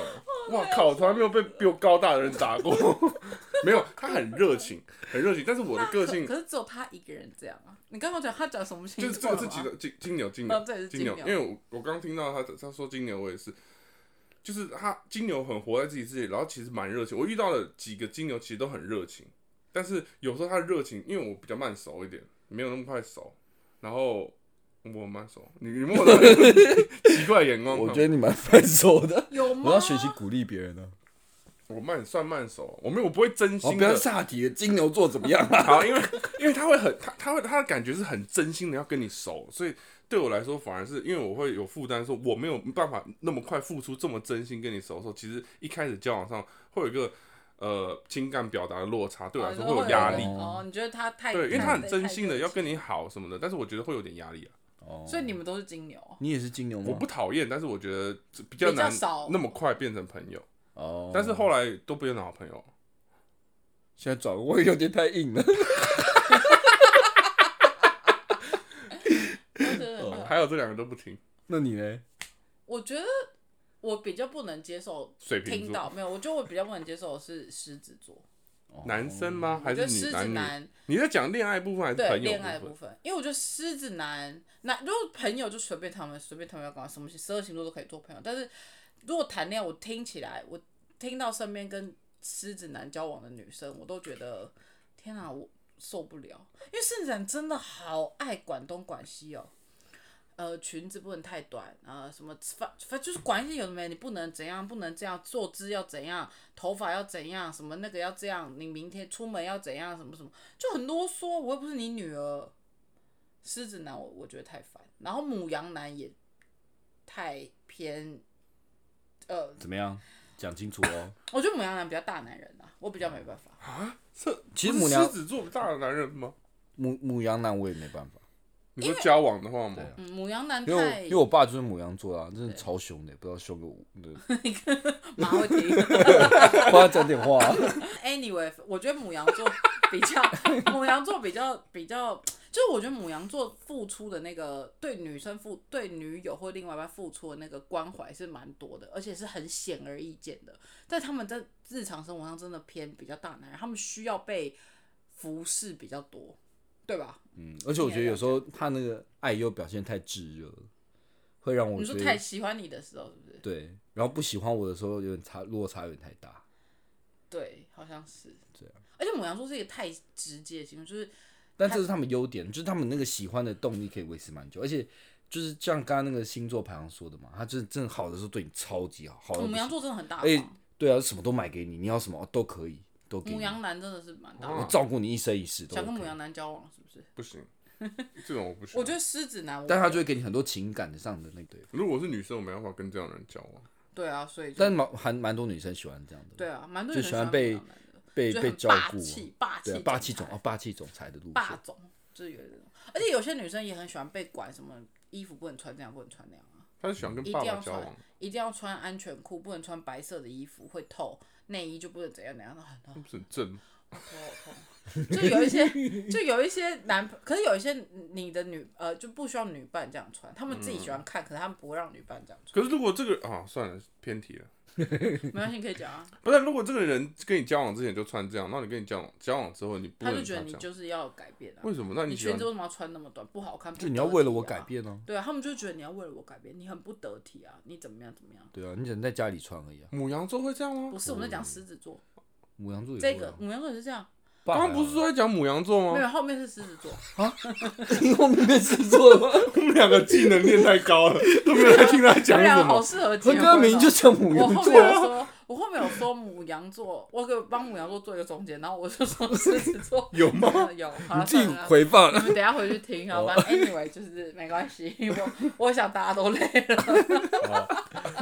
C: 哇靠！从来没有被比我高大的人打过， 没有，他很热情，很热情，但是我的个性
A: 可可是只有他一个人这样啊！你刚刚讲他讲什么星
C: 就
A: 座
C: 是这个
A: 了
C: 是
A: 吗
C: 金牛金金牛金
A: 啊哦
C: 牛
A: 这也是
C: 金牛，因
A: 金牛
C: 为我我刚听到他他说金牛，我也是，就是他金牛很活在自己世界，然后其实蛮热情。我遇到了几个金牛，其实都很热情，但是有时候他的热情，因为我比较慢熟一点，没有那么快熟，然后我蛮熟，你你摸我的 奇怪眼光看我，
B: 我觉得你蛮分手的。
A: 有吗？
B: 我要学习鼓励别人啊！
C: 我慢算慢熟，我没有我不会真
B: 哦，
C: 心
B: 不要
C: 的。
B: 岔题了，金牛座怎么样啊？
C: 好，因为因为他会很他他会他的感觉是很真心的要跟你熟，所以对我来说反而是因为我会有负担，说我没有办法那么快付出这么真心跟你熟的时候，其实一开始交往上会有一个呃情感表达的落差，对我来说会有压力。
A: 哦，你觉得他太
C: 对，因为他
A: 太
C: 很真心的
A: 太
C: 要跟你好什么的，但是我觉得会有点压力啊。
B: 哦，
A: 所以你们都是金牛，啊
B: 你也是金牛吗？哦
C: 我不讨厌，但是我觉得这比
A: 嗯
C: 较
A: 比较
C: 难
A: 少
C: 那么快变成朋友，
B: 哦，
C: 但是后来都不变成好朋友。
A: 哦
B: 现在转位有点太硬了。
A: 对对对
C: 还有这两个都不听，
B: 那你呢？
A: 我觉得我比较不能接受
C: 水瓶
A: 听
C: 座
A: 到没有，我觉得我比较不能接受的是狮子座，
B: 哦
C: 男生吗？
A: 哦我
C: 还
A: 觉得狮
C: 是你
A: 子
C: 女？
A: 男
C: 你在讲恋爱部分还是
A: 对
C: 朋友
A: 恋爱
C: 部
A: 部？分，因为我觉得狮子男那如果朋友就随便他们随便他们要干嘛，什么十二星座都可以做朋友，但是如果谈恋爱，我听起来我听到身边跟狮子男交往的女生，我都觉得天哪、我受不了，因为狮子男真的好爱管东管西哦。呃，裙子不能太短，呃，什么反反就是管一些有的没的，你不能怎样，不能这样，坐姿要怎样，头发要怎样，什么那个要这样，你明天出门要怎样，什么什么，就很啰嗦。我又不是你女儿，狮子男我我觉得太烦，然后母羊男也太偏，呃，
B: 怎么样？讲清楚哦。
A: 我觉得母羊男比较大男人啊，我比较没办法。
C: 这
B: 其实
C: 啊不是
B: 母娘
C: 狮子座大的男人吗？
B: 母母羊男我也没办法，
C: 你说交往的话吗？
B: 啊
A: 嗯，母羊男
B: 因为我
A: 太
B: 因为我爸就是母羊座啊，真的超凶的，不知道凶个五，对
A: 马会停。
B: 帮他讲点 话啊。
A: Anyway，我觉得母羊座比较，母羊座比较比较，就是我觉得母羊座付出的那个对女生付对女友或另外一半付出的那个关怀是蛮多的，而且是很显而易见的。但他们在日常生活上真的偏比较大男人，他们需要被服侍比较多，对吧？
B: 嗯而且我觉得有时候他那个爱又表现太炙热了，会让我
A: 你
B: 觉
A: 说
B: 得
A: 太喜欢你的时候，是不是？
B: 对，然后不喜欢我的时候有点差落差有点太大。
A: 对，好像是
B: 对啊。
A: 而且母羊座是一个太直接的星座，就是
B: 但这是他们优点，就是他们那个喜欢的动力可以维持蛮久，而且就是像刚刚那个星座排行说的嘛，他就是正好的时候对你超级好，好到
A: 母
B: 哦不
A: 羊
B: 行。
A: 座真的很大
B: 哎
A: 方，
B: 对啊，什么都买给你，你要什么都可以，都给
A: 母
B: 你，
A: 羊男真的是蛮大方
B: 我照顾你一生一世都、
A: 想跟母
B: OK。
A: 羊男交往是不是？
C: 不行，这种我不行。啊
A: 我觉得狮子男我，
B: 但他就会给你很多情感上的那个，
C: 如果我是女生，我没办法跟这样的人交往。
A: 对啊，所以就
B: 但蛮还蛮多女生喜欢这样的，
A: 对啊，蛮多
B: 就
A: 人
B: 喜欢被
A: 母羊男的
B: 被
A: 就
B: 被
A: 很
B: 照
A: 霸
B: 顾啊，
A: 气霸气
B: 对啊，
A: 总
B: 霸气总
A: 裁
B: 哦，霸气总裁的路
A: 霸
B: 线，
A: 总，就是有点，而且有些女生也很喜欢被管，什么衣服不能穿这样，不能穿那样啊，
C: 他是想跟
A: 一
C: 爸
A: 定
C: 爸
A: 要
C: 交
A: 穿
C: 往，，
A: 一定要穿安全裤，不能穿白色的衣服会透，内衣就不能怎样怎样，很
C: 那不是很正？
A: 头好痛。就有一些，就有一些男，可是有一些你的女呃就不需要女伴这样穿，他们自己
B: 嗯
A: 喜欢看，可是他们不会让女伴这样穿。
C: 可是如果这个啊，算了，偏题了。
A: 没关系，你可以讲啊。
C: 不是，如果这个人跟你交往之前就穿这样，那你跟你交往交往之后，你不
A: 他
C: 能
A: 就觉得
C: 穿这
A: 你
C: 样，
A: 就是要改变啊。
C: 为什么？那
A: 你
C: 喜欢
A: 裙子为什么要穿那么短？不好看。不
B: 就你要
A: 得
B: 为了我
A: 体啊
B: 改。变哦、
A: 对啊，他们就觉得你要为了我改变，你很不得体啊，你怎么样怎么样？
B: 对啊，你只能在家里穿而已啊。
C: 母羊座会这样吗
A: 不？是，我们在讲狮子座，
B: 母羊座也哦
A: 这
B: 会
A: 个嗯
B: 啊
A: 母羊座也是这样，
B: 爸
C: 刚
B: 还
C: 刚不是
B: 好啊
C: 说在讲母羊座
A: 没
C: 吗？
A: 有后面是狮 子座，
B: 你后面被制作了吗？
C: 我们两个技能练太高了，都没有在听他
A: 他
C: 讲
A: 们
C: 什
A: 俩好
C: 么。
A: 适合结
B: 何
A: 婚
B: 歌
A: 哦。
B: 明就像母
A: 我
B: 羊
A: 后
B: 座
A: 面有
B: 啊，
A: 说，我后面有说母羊座，我给帮母羊座做一个总结，然后我就说狮子 座
B: 有吗？
A: 有，好了，
B: 哦自己
A: 算了。
B: 回哦放
A: 你。们等一下回去听啊，反正 anyway 就是没关系，我我想大家都累了。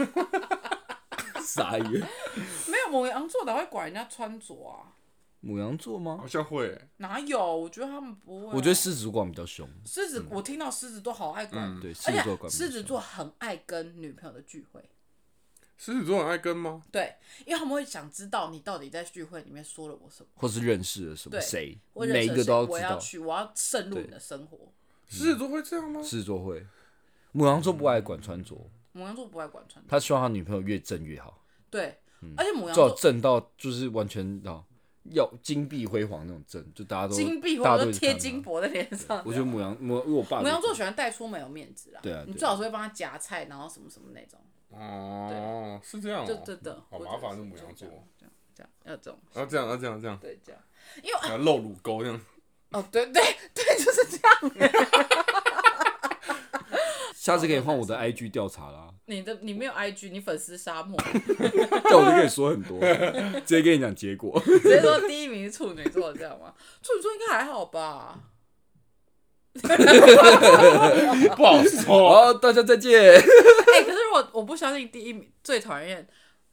B: 傻眼，
A: 没有母羊座哪会管人家穿着啊？
B: 母羊座吗
C: 好？像会欸，
A: 哪有？我觉得他们不会啊、
B: 我觉得狮子座比较凶，
A: 狮子，我听到狮子座好爱管，
C: 嗯
B: 嗯对，狮
A: 而
B: 子座
A: 且
B: 管比较
A: 狮子
B: 凶
A: 座很爱跟女朋友的聚会，
C: 狮子座很爱跟吗？
A: 对，因为他们会想知道你到底在聚会里面说了我什么，
B: 或是认识了什么
A: 对
B: 谁，
A: 我认
B: 每一
A: 识
B: 个
A: 了谁，
B: 都
A: 我
B: 知
A: 要
B: 道。
A: 去，我要渗入
B: 对
A: 你的生活。
B: 嗯
C: 狮子座会这样吗？
B: 狮子座会，母羊座不爱管穿着，
A: 母羊座不爱管穿着，
B: 他希望他女朋友越正越好，
A: 对，而且母羊
B: 嗯最好
A: 座
B: 正到就是完全啊，要金碧辉煌那种正，就大家都
A: 金币
B: 大
A: 或
B: 家
A: 者
B: 都
A: 说贴
B: 一直看
A: 金
B: 他。
A: 箔在脸上。
B: 我觉得母羊母，因为我爸
A: 母羊
B: 就
A: 座喜欢带出门有面子啦，
B: 对啊
A: 你
B: 对
A: 最好是会帮他夹菜，然后什么什么那种，
C: 哦，是这样
A: 就
C: 哦。
A: 真的。
C: 好
A: 我
C: 麻
A: 觉得
C: 烦
A: 是
C: 那母羊
A: 就
C: 座
A: 这样，这样这样要这种，
C: 要啊这样，要这样，这啊样，
A: 对，这样。
C: 要露乳沟这样。
A: 哦，对对对，就是这样。
B: 下次可以换我的 IG 调查啦，
A: 你的你没有 IG，你粉丝沙漠，
B: 但我就跟你说很 多，直接跟你讲结果。
A: 直接说第一名是处女座，这样 吗？处女座应该还好吧？哎
C: 不好说。
B: 好，大家再见。
A: 哎、可是如果我不相信第一名，最讨厌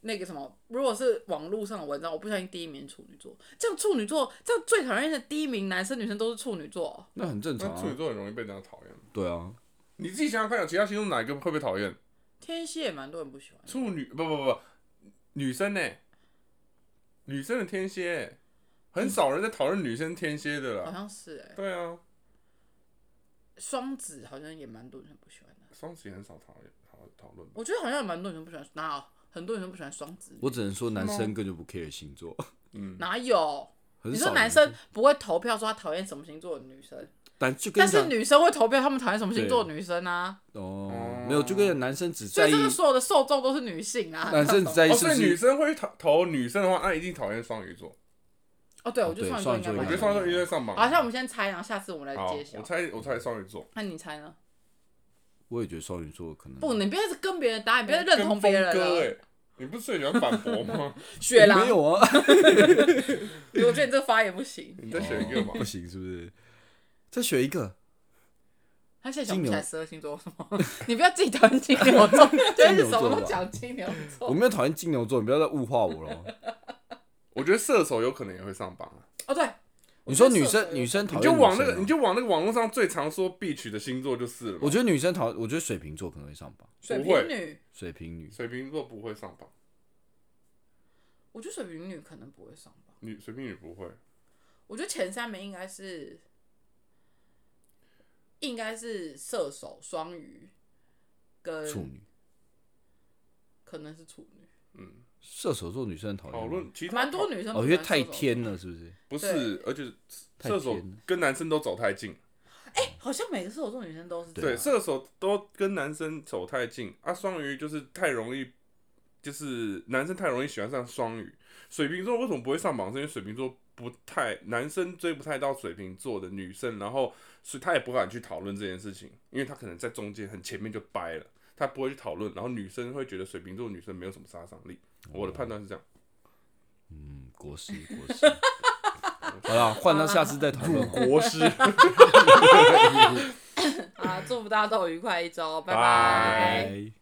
A: 那个什么，如果是网络上的文章，我不相信第一名是处女座。这样处女座，这样最讨厌的第一名男生女生都是处女座。
B: 那很正
C: 那
B: 常、
C: 处女
B: 啊，
C: 座很容易被人家讨厌。
B: 对啊，
C: 你自己想想看，有啊其他星座哪一个会被讨厌？
A: 天蝎也蛮多人不喜欢，
C: 处女不不不不，女生呢、女生的天蝎，很少人在讨论女生天蝎的
A: 好
C: 啦。
A: 像是哎、
C: 对啊，
A: 双子好像也蛮多人不喜欢的。
C: 双子也很少讨厌讨讨论吧。
A: 我觉得好像也蛮多人不喜欢，哪有很多人不喜欢双子女？
B: 我只能说男生根本就不 care 星座，
C: 嗯，
A: 哪有？
B: 很
A: 你
B: 少
A: 说男生，不会投票说他讨厌什么星座的女生，
B: 但就跟
A: 但
B: 你
A: 是
B: 讲
A: 女生会投票他们讨厌什么星座的女生啊，
B: 哦，没有，就跟男生只
A: 所
B: 在
A: 以
B: 意
A: 这，个所有的受众都是女性啊。
B: 男生只在意
C: 哦，
B: 是
C: 所
B: 不
C: 以女
B: 是
C: 生会投投女生的话，啊那一定讨厌双鱼座。
A: 哦，对，我觉得
B: 对
A: 双鱼
B: 双鱼
A: 座应该
B: 座
C: 我
A: 蛮
C: 觉得
A: 多
C: 双
A: 人
C: 鱼座一定在上榜。
A: 好，像我们先猜，然后下次我们来
C: 好，
A: 揭晓
C: 我。猜我猜双鱼座。
A: 那你猜呢？
B: 我也觉得双鱼座可能
A: 不，你别一直跟别人答，你别认同别人
C: 跟峰哥
A: 了。
C: 欸你不是最喜欢反 驳吗？
A: 雪狼
B: 没，有啊，
A: 我觉得你这发言不行。
C: 你再选一个吧
B: 哦。不行是不是？再选一个，
A: 他现在想
B: 金
A: 不
B: 牛
A: 起来十二星座什么， 你不要自己讨厌金牛座，就是什
B: 金牛
A: 么
B: 座
A: 都
B: 吧
A: 讲金牛
B: 我
A: 座。
B: 没有讨厌金牛座，你不要再物化我了。哦
C: 我觉得射手有可能也会上榜啊。
A: 哦，对，
B: 你说
A: 我觉得呃
B: 女
A: 射手
B: 生女生讨
C: 你
B: 厌
C: 就往
B: 女
C: 那个，
B: 生啊
C: 你就往那个网络上最常说必取的星座就是了吧。
B: 我觉得女生讨，我觉得水瓶座可能会上榜，
A: 水
C: 不会
A: 瓶女，
B: 水瓶女
C: 水瓶座不会上榜，
A: 我觉得水瓶女可能不会上榜。
C: 女水瓶女不会。
A: 我觉得前三名应该是，应该是射手、双鱼，跟
B: 处女，
A: 可能是处女，
C: 嗯，
B: 射手座女生很讨厌吗
C: 讨论其他
A: 蛮多女生
B: 哦，
A: 不
B: 因
A: 喜
B: 为
A: 欢
B: 太
A: 射手座
B: 天了，是不是？
C: 不是，而且
B: 太
C: 射手
B: 偏了
C: 跟男生都走太近，
A: 好像每个射手座女生都是这
C: 对，
A: 样。啊
C: 射手都跟男生走太近啊。双鱼就是太容易，就是男生太容易喜欢上双鱼。水瓶座为什么不会上榜？是因为水瓶座不太男生追不太到水瓶座的女生，然后所以他也不敢去讨论这件事情，因为他可能在中间很前面就掰了，他不会去讨论，然后女生会觉得水瓶座女生没有什么杀伤力。我的判断是这样。
B: 嗯，国师国 师。好了，换到下次再讨论。
C: 国师，
A: 啊，祝福大家都有愉快一周，拜
C: 拜
A: 拜。
B: 拜。